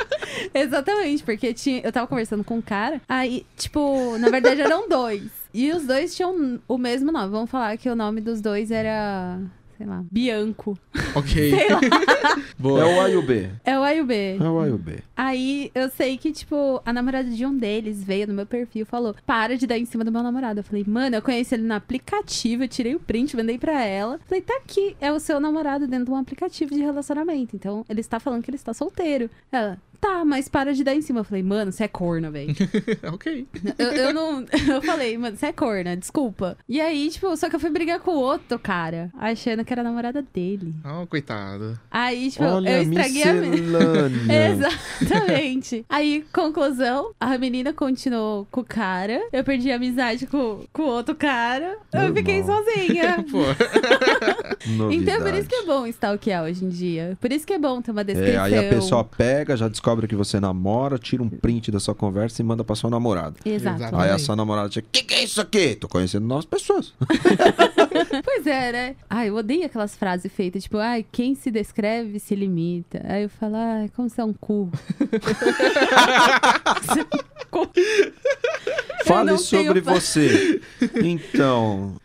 Exatamente, porque tinha, eu tava conversando com um cara, aí, tipo, na verdade eram dois. E os dois tinham o mesmo nome. Vamos falar que o nome dos dois era. Sei lá. Bianco.
Ok.
É
Boa.
o A e o B.
É o A e o B.
É o A e o B.
Aí eu sei que, tipo, a namorada de um deles veio no meu perfil e falou: Para de dar em cima do meu namorado. Eu falei, mano, eu conheci ele no aplicativo, eu tirei o print, mandei pra ela. Falei, tá aqui, é o seu namorado dentro de um aplicativo de relacionamento. Então, ele está falando que ele está solteiro. Ela. Tá, mas para de dar em cima. Eu falei, mano, você é corno, velho.
É
*laughs* ok.
Eu, eu não. *laughs* Eu falei, mano, você é corna, desculpa. E aí, tipo, só que eu fui brigar com o outro cara, achando que era a namorada dele.
Ah, coitado.
Aí, tipo,
Olha,
eu estraguei a. me- *laughs* É,
miscelânea.
Exatamente. Aí, conclusão, a menina continuou com o cara. Eu perdi a amizade com, com o outro cara. Eu
Normal.
fiquei
*laughs*
sozinha.
Pô,
então, é por
Novidade.
isso que é bom stalkear hoje em dia. Por isso que é bom ter uma descrição.
É, aí a pessoa pega, já descobre que você namora, tira um print da sua conversa e manda pra sua namorada.
Exato.
Exato.
Aí
Também.
a sua namorada chega, que que é isso aqui? Tô conhecendo novas pessoas.
*laughs* Pois é, né? Ai, eu odeio aquelas frases feitas, tipo, ai, quem se descreve se limita. Aí eu falo, ai, como você é um
*laughs*
cu. *laughs*
Fale
não
sobre
tenho pa-
você. Então,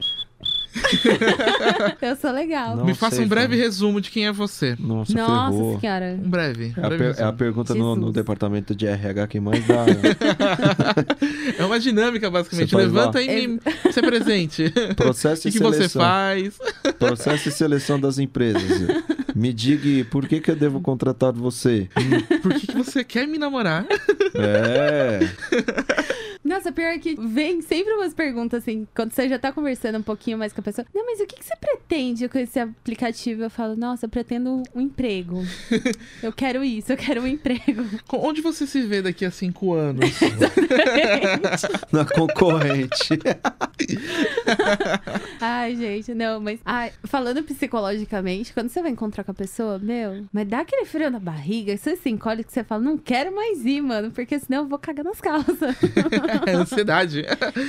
Eu sou legal.
Não
me faça
sei,
um breve
cara.
resumo de quem é você.
nossa,
Nossa
ferrou.
senhora.
Um breve. um
É a,
breve
per- é a
resumo.
pergunta no, no
Jesus.
departamento de RH que mais dá. né?
*laughs*
*laughs*
É uma dinâmica, basicamente.
Você faz
Levanta
lá.
e me... se apresente. O
*laughs*
Processo
que,
e
que você
seleção.
faz?
Processo e seleção das empresas. Me diga por que, que eu devo contratar você.
Por que, que você quer me namorar?
É.
Nossa, pior que vem sempre umas perguntas assim, quando você já tá conversando um pouquinho mais com a pessoa. Não, mas o que, que você pretende com esse aplicativo? Eu falo, nossa, eu pretendo um
*laughs*
emprego. eu quero isso, eu quero um emprego.
Com- Onde você se vê daqui a cinco anos?
Na concorrente.
Ai, gente, não, mas. ai, falando psicologicamente, quando você vai encontrar com a pessoa, meu, mas dá aquele frio na barriga, você se encolhe que você fala, não quero mais ir, mano, porque senão eu vou cagar nas
*laughs*
calças.
É ansiedade.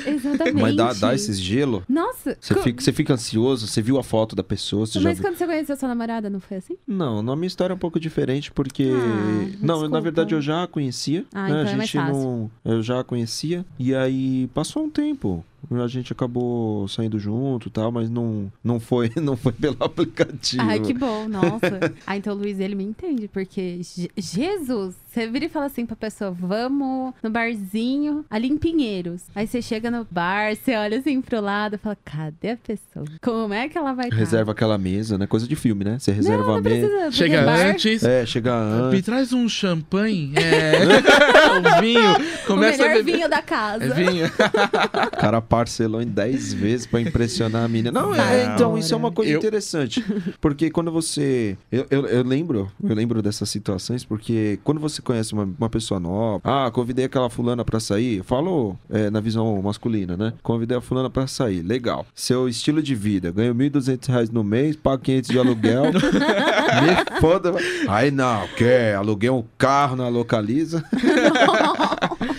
Exatamente.
Mas dá, dá esses gelo?
Nossa,
Você
co-
fica, você fica ansioso? Você viu a foto da pessoa? Você já
mas
viu...
quando você conheceu sua namorada, não foi assim?
Não, na minha história é um pouco diferente, porque.
Ah,
não,
desculpa.
na verdade eu já a conhecia.
Ah,
né?
então
a
é mais
gente
fácil.
não. Eu já a conhecia. E aí passou um tempo. A gente acabou saindo junto e tal, mas não, não, foi, *laughs* não foi pelo aplicativo.
Ai, que bom, nossa. *laughs* ah, então o Luiz, ele me entende, porque Je- Jesus, você vira e fala assim pra pessoa, vamos no barzinho, ali em Pinheiros. Aí você chega no bar, você olha assim pro lado e fala, cadê a pessoa? Como é que ela vai estar?
Reserva aquela mesa, né? Coisa de filme, né? Você reserva
não,
a
não
mesa.
precisa. porque
Chega
bar,
antes.
É, chega antes.
Me traz um champanhe,
*laughs*
é, um vinho,
O
começa a
melhor
beber.
vinho da casa.
É
*laughs*
vinho.
O cara parcelou em 10 vezes pra impressionar a menina. Não, é,
Não.
então, isso é uma coisa
Eu-
interessante. Porque quando você. Eu, eu, eu lembro, eu lembro dessas situações, porque quando você conhece uma, uma pessoa nova, ah, convidei aquela fulana pra sair, falou é, na visão masculina, né? Convidei a fulana pra sair, legal. Seu estilo de vida, ganho 1.200 reais no mês, pago 500 de aluguel. me foda. Aí não, quer, aluguei um carro na localiza. *laughs*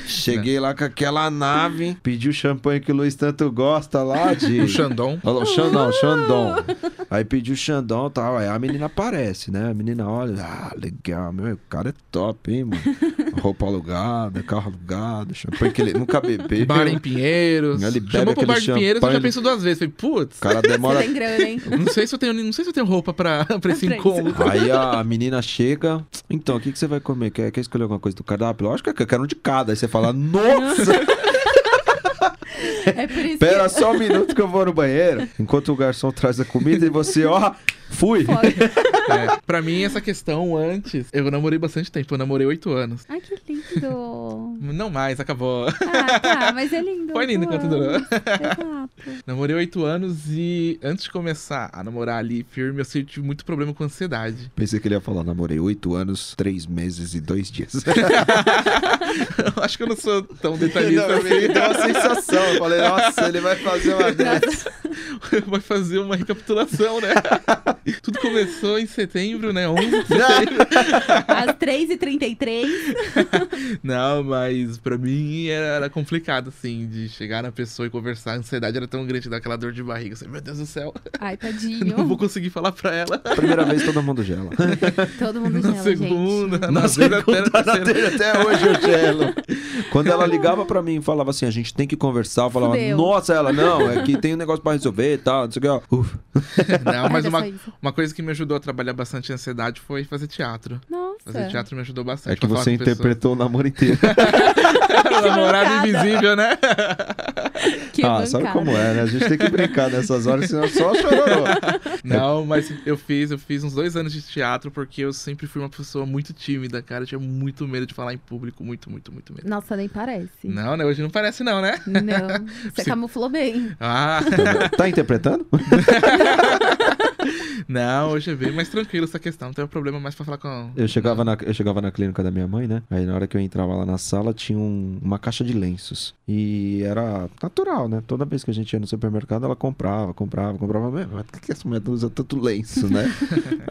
Cheguei lá com aquela nave, pedi o champanhe que o Luiz tanto gosta lá de.
O Xandão.
Olha lá, o Xandão, o Xandão. Aí pedi o Xandão e tal. Aí a menina aparece, né? A menina olha, ah, legal, meu, o cara é top, hein, mano. Roupa alugada, carro alugado, champanhe que ele nunca bebeu.
Bar em Pinheiros.
Ele bebe
Chamou pro
aquele
bar de Pinheiros, eu
champanhe.
já penso duas vezes. Falei, putz,
O cara
Você
demora
tem grana, hein?
não sei se eu tenho, não sei se eu tenho roupa pra,
*laughs*
pra esse
Pra isso.
encontro.
Aí a menina chega, então, o que, que você vai comer? Quer, quer escolher alguma coisa do cardápio? Lógico que eu quero um de cada. Aí você fala, nossa,
É por isso
espera só um minuto que eu vou no banheiro. Enquanto o garçom traz a comida e você, ó, fui.
que... Foda.
É, pra mim, essa questão antes, eu namorei bastante tempo, eu namorei oito anos.
Ai, que lindo.
Não mais, acabou. *laughs*
Ah, tá, mas é lindo.
Foi lindo
eu
enquanto
amo.
durou.
Exato.
Namorei oito anos e antes de começar a namorar ali firme, eu sempre tive muito problema com ansiedade. *laughs*
Pensei que ele ia falar, namorei oito anos, três meses e dois dias.
Eu acho que eu não sou
*laughs*
tão detalhista assim.
deu uma sensação. Eu falei, nossa, ele vai fazer uma dessa.
*laughs* Vai fazer uma recapitulação, né? *laughs* Tudo começou em setembro, né? 11
Às 3h33.
Não, mas pra mim era complicado, assim, de chegar na pessoa e conversar. A ansiedade era tão grande, daquela dor de barriga. Assim, Meu Deus do céu, *laughs*
Ai,
eu
tadinho.
*laughs* não vou conseguir falar pra ela.
Primeira vez todo mundo gela.
Todo
*laughs*
mundo
Na
gela, gente.
segunda, tá na segunda, até na terceira.
até hoje eu gelo. tá *laughs* Quando ela ligava pra mim e falava assim, a gente tem que conversar, eu falava,
Fudeu. *laughs*
nossa, ela, não, é que tem um negócio pra resolver e tal, não sei o que. ó. Uf,
*laughs* Não, Ah, mas
Era
uma,
só isso.
uma coisa que me ajudou a trabalhar bastante a ansiedade foi fazer teatro. Fazer
Nossa.
teatro me ajudou bastante.
é que
pra falar
você
com *laughs* pessoas.
interpretou o namoro inteiro.
Namorado
Que mancada.
invisível, né?
*laughs* Que
ah,
bancada.
sabe como é, né? A gente tem que brincar nessas horas, senão só chororô.
*laughs*
Não, mas eu fiz, eu fiz uns dois anos de teatro porque eu sempre fui uma pessoa muito tímida, cara. Eu tinha muito medo de falar em público, muito, muito, muito medo.
Nossa, nem parece. Não.
Não, né? Hoje não parece, não,
*laughs*
né?
Você
Sim.
camuflou bem.
Ah, *laughs*
Tá interpretando?
não, hoje é bem mais tranquilo essa questão. Não tem problema mais pra falar com.
É.
Eu chegava, na, eu chegava na clínica da minha mãe, né? Aí na hora que eu entrava lá na sala, tinha um- uma caixa de lenços. E era natural, né? Toda vez que a gente ia no supermercado, ela comprava, comprava, comprava. Mas Por que que essa mulher usa tanto lenço, né?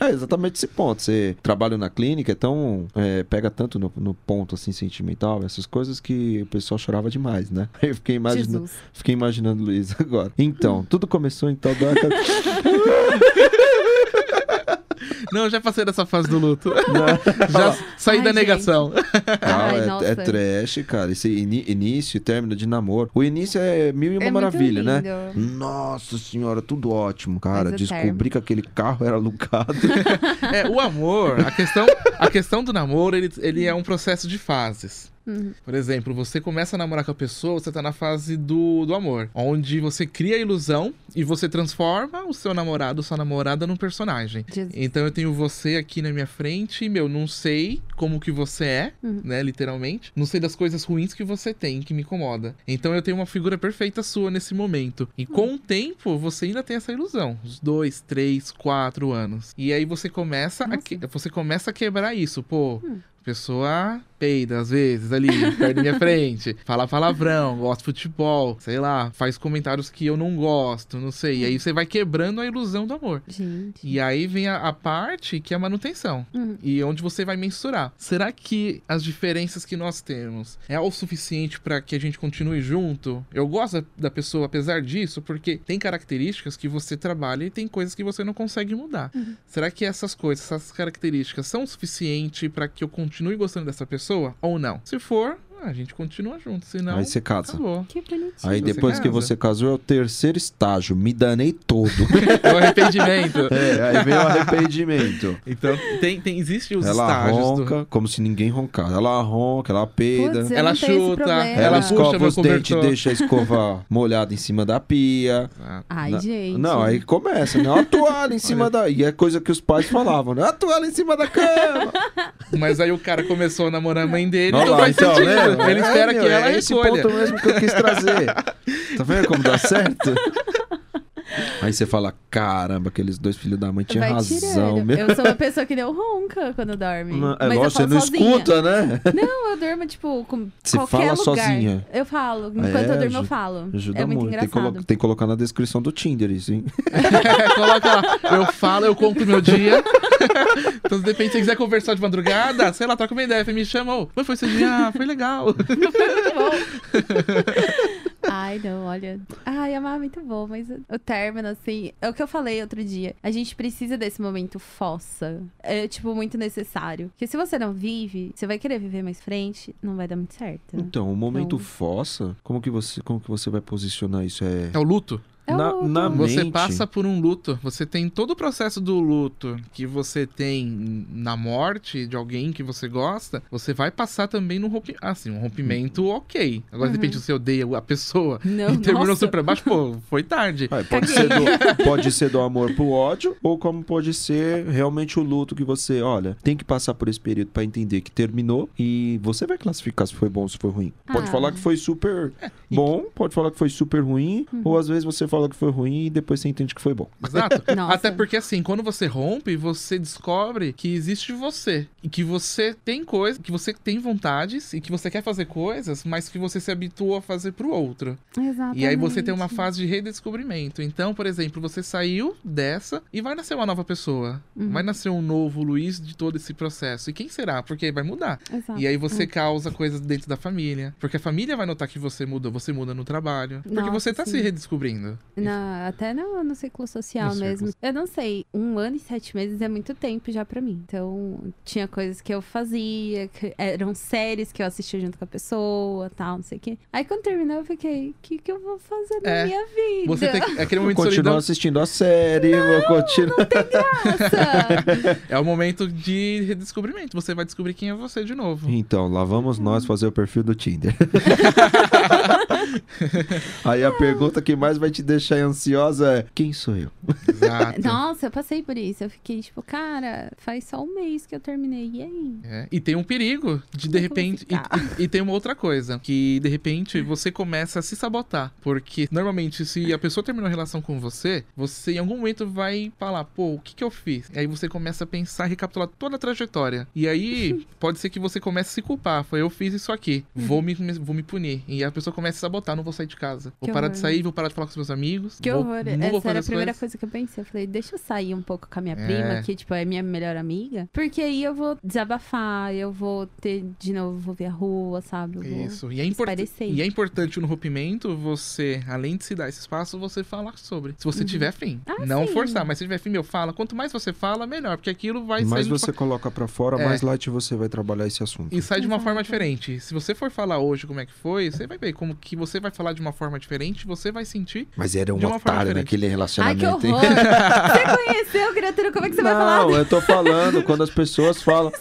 é exatamente esse ponto. Você trabalha na clínica, então é, pega tanto no, no ponto, assim, sentimental, essas coisas que o pessoal chorava demais, né? *laughs* Aí eu fiquei imaginando...
Jesus.
Fiquei imaginando o Luiz agora. Então, tudo começou em tal data.
Não, eu já passei dessa fase do luto.
Não.
*laughs* Já saí
Ai,
da
gente.
negação.
Ah,
Ai,
é,
nossa.
é trash, cara. Esse ini- início e término de namoro. O início é mil e uma maravilha, né?
né?
Nossa senhora, tudo ótimo. Cara,
Mas o
descobri que aquele carro era alugado.
É, o amor, a questão, a questão do namoro, ele, ele é um processo de fases. Por exemplo, você começa a namorar com a pessoa, você tá na fase do, do amor, onde você cria a ilusão e você transforma o seu namorado, sua namorada num personagem.
Jesus.
Então eu tenho você aqui na minha frente, e, meu, não sei como que você é,
Uhum.
né, literalmente. Não sei das coisas ruins que você tem, que me incomoda. Então eu tenho uma figura perfeita sua nesse momento.
Uhum.
E com o tempo, você ainda tem essa ilusão. Os dois, três, quatro anos. E aí você começa, a,
Nossa.
que- você começa a quebrar isso, pô.
Hum.
pessoa peida às vezes ali, perto da
*laughs*
minha frente, fala palavrão, gosta de futebol, sei lá, faz comentários que eu não gosto, não sei. E aí você vai quebrando a ilusão do amor.
Gente.
E aí vem a, a parte que é a manutenção.
Uhum.
E onde você vai mensurar. Será que as diferenças que nós temos é o suficiente para que a gente continue junto? Eu gosto da- da pessoa apesar disso, porque tem características que você trabalha e tem coisas que você não consegue mudar. Será que essas coisas, essas características são o suficiente para que eu continue gostando dessa pessoa ou não? Se for, a gente continua junto, senão
Aí você casa.
acabou. *laughs*
Que bonitinho.
Aí
você
depois que
casa.
você casou é o terceiro estágio. Me danei todo.
É o arrependimento.
é, aí *laughs* vem o arrependimento.
Então, tem, tem, existe os
Ela
estágios do,
ronca, como se ninguém roncasse. Ela ronca, ela peida.
Putz, eu
Ela
não tenho esse
chuta,
problema.
Ela
Ela puxa
escova
meu
os dentes e
cobertor.
deixa a escova molhada em cima da pia.
Exato.
Ai,
Não,
gente.
Não, aí começa, né?
*laughs*
Uma toalha em cima da. E é coisa que os pais falavam, né? Uma toalha em cima da cama.
*laughs*
Mas aí o cara começou a namorar a mãe dele,
Olha
não
lá,
faz
então,
sentido.
né?
*laughs* Ele
É,
espera
meu,
que ela
é esse
recolha.
ponto mesmo que eu quis trazer. Tá vendo como
*laughs*
dá certo? Aí você fala: caramba, aqueles dois filhos da mãe tinham
Vai
razão
tirando.
mesmo.
Eu sou uma pessoa que deu ronca quando dorme.
Não, é,
Mas
lógico, você
eu falo
não
sozinha.
escuta, né?
Não, eu durmo, tipo, com
Você
qualquer
fala
lugar.
sozinha.
Eu falo. Enquanto
É,
eu durmo, eu
ajuda-
falo. *laughs*
Ajuda
é muito,
Tem que, colo-
engraçado.
tem que colocar na descrição do Tinder isso,
*laughs*
hein?
*laughs* Coloca lá. Eu falo, eu compro meu dia. *laughs* então, de repente, se você quiser conversar de madrugada, sei lá, troca uma ideia. Me chamou. Mas foi seu dia, ah, foi legal.
Ai, não, olha. Ai, amar é muito bom, mas o término, assim. É o que eu falei outro dia. A gente precisa desse momento fossa. É, tipo, muito necessário. Porque se você não vive, você vai querer viver mais frente, não vai dar muito certo.
Então, o momento
Então-
fossa, como que você, como que você vai posicionar isso? É,
É o luto.
É
na,
o-
na
Você
mente.
passa por um luto. Você tem todo o processo do luto que você tem na morte de alguém que você gosta. Você vai passar também num rompi... assim, um rompimento ok. Agora, de repente, você odeia a pessoa
Não,
*laughs* e terminou
nossa.
super baixo. Pô, foi tarde.
Ah, pode, ser do, pode ser do amor pro ódio, ou como pode ser realmente o luto que você, olha, tem que passar por esse período pra entender que terminou e você vai classificar se foi bom ou se foi ruim. Pode
Ah.
falar que foi super bom, pode falar que foi super ruim, ou às vezes você fala que foi ruim e depois você entende que foi bom.
Exato.
Nossa.
Até porque, assim, quando você rompe, você descobre que existe você. E que você tem coisas, que você tem vontades e que você quer fazer coisas, mas que você se habituou a fazer pro outro.
Exatamente.
E aí você tem uma fase de redescobrimento. Então, por exemplo, você saiu dessa e vai nascer uma nova pessoa.
Uhum.
Vai nascer um novo Luiz de todo esse processo. E quem será? Porque vai mudar.
Exato.
E aí você causa coisas dentro da família. Porque a família vai notar que você mudou, você muda no trabalho. Porque
Nossa,
você tá
sim.
se redescobrindo.
Na- até no, no ciclo social
No
mesmo. Eu não sei, um ano e sete meses é muito tempo já pra mim. Então, tinha coisas que eu fazia, que eram séries que eu assistia junto com a pessoa, tal, não sei o quê. Aí quando terminou, eu fiquei, o que, que eu vou fazer na
É,
minha vida?
Você tem que- aquele
Vou
momento de
continuar
solidão
assistindo a série, vou continuar.
*laughs*
Nossa!
É o momento de redescobrimento. Você vai descobrir quem é você de novo.
Então, lá vamos nós fazer o perfil do Tinder. Aí a pergunta que mais vai te deixar ansiosa é: quem sou eu?
Exato.
Nossa, eu passei por isso. Eu fiquei tipo, cara, faz só um mês que eu terminei. E aí?
É, E tem um perigo de de
Como
repente. e-
ficar?
E, e tem uma outra coisa, que de repente você começa a se sabotar. Porque normalmente, se a pessoa terminou a relação com você, você em algum momento vai falar, pô, o que, que eu fiz? E aí você começa a pensar, recapitular toda a trajetória.
*laughs*
E aí pode ser que você comece a se culpar. Foi, eu fiz isso aqui, vou
Uhum.
me, vou me punir. E a pessoa começa a sabotar, não vou sair de casa. Vou
Que
parar
horror.
de sair, vou parar de falar com os meus amigos.
Que
vou,
horror.
não vou
Essa
fazer
era a
as
primeira
coisas.
coisa que eu pensei. Eu falei, deixa eu sair um pouco com a minha
É.
prima, que, tipo, é minha melhor amiga. Porque aí eu vou desabafar, eu vou ter, de novo, vou ver a rua, sabe? Eu vou-
Isso. E é, import...
Esclarecer.
e é importante no rompimento você, além de se dar esse espaço, você falar sobre. Se você tiver fim.
Ah,
não
sim.
forçar, mas se tiver fim, meu, fala. Quanto mais você fala, melhor. Porque aquilo vai sair.
mais
um
de uma
você coloca pra fora,
É.
mais light você vai trabalhar esse assunto.
E sai de uma
Exato.
forma diferente. Se você for falar hoje como é que foi, você vai ver como que você vai falar de uma forma diferente, você vai sentir.
Mas era um
De uma forma
otário
diferente.
naquele
Ai, que
relacionamento,
horror!
hein?
*laughs*
você conheceu, criatura? *laughs* Como é que você vai falar?
Não, eu tô falando quando as
*laughs*
pessoas falam.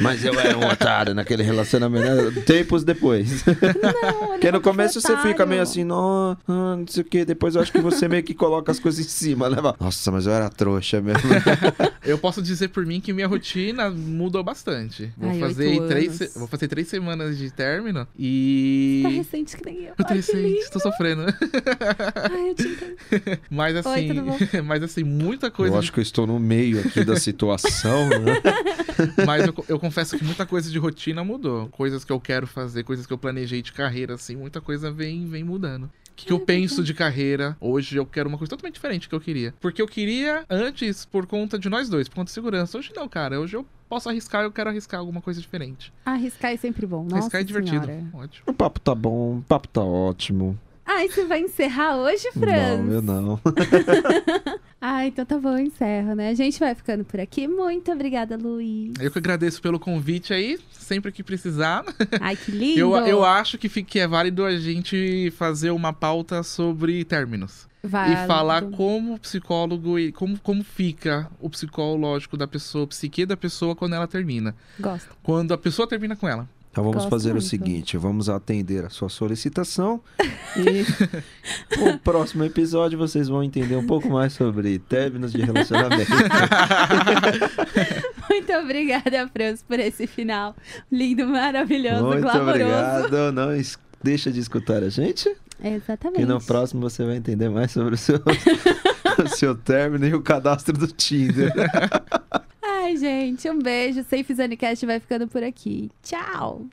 Mas eu era um otário naquele relacionamento. né? Tempos depois.
Não, olha,
*laughs* Porque no
como
começo você
um otário.
fica meio assim, não, ah, não sei o quê. Depois eu acho que você meio que coloca as coisas em cima, né? Nossa, mas eu era trouxa mesmo. né?"
*laughs* É
Eu posso dizer por mim que minha rotina mudou bastante. Vou
Ai,
fazer
oito
três,
anos.
se- vou fazer três semanas de término
Tá
e.
recente que nem eu.
Eu tô
Ai, que lindo.
recente, tô sofrendo.
Ai, eu te entendo.
*laughs* Mas assim,
tudo
*laughs* mas assim, muita coisa
Eu
de
acho que eu estou no meio aqui da situação, né?
Mas eu, co- eu confesso que muita coisa de rotina mudou. Coisas que eu quero fazer, coisas que eu planejei de carreira, assim, muita coisa vem, vem mudando. O que, que eu penso de carreira? Hoje eu quero uma coisa totalmente diferente do que eu queria. Porque eu queria antes por conta de nós dois, por conta de segurança. Hoje não, cara. Hoje eu posso arriscar, eu quero arriscar alguma coisa diferente.
Arriscar é sempre bom. Nossa
arriscar é divertido.
Senhora.
Ótimo.
O papo tá bom, o papo tá ótimo.
Ai, você vai encerrar hoje, Fran?
Não, eu não.
Ah, então tá bom, encerro, né? A gente vai ficando por aqui. Muito obrigada,
*laughs*
Luiz.
Eu que agradeço pelo convite aí, sempre que precisar.
Ai, que lindo.
Eu, eu acho que, fi- que é válido a gente fazer uma pauta sobre términos.
Vai,
E falar
Lu.
como o psicólogo e como, como fica o psicológico da pessoa, o psique da pessoa quando ela termina.
Gosto.
Quando a pessoa termina com ela.
Então vamos
Gosto
fazer
muito.
o seguinte: vamos atender a sua solicitação e no próximo episódio vocês vão entender um pouco mais sobre términos de relacionamento.
*laughs* Muito obrigada, Franz, por esse final lindo, maravilhoso,
Muito
glamouroso.
obrigado. Não es- deixa de escutar a gente.
Exatamente.
Que no próximo você vai entender mais sobre o seu, *laughs* o seu término e o cadastro do Tinder.
Ai, gente, um beijo. Safe Zonecast vai ficando por aqui. Tchau.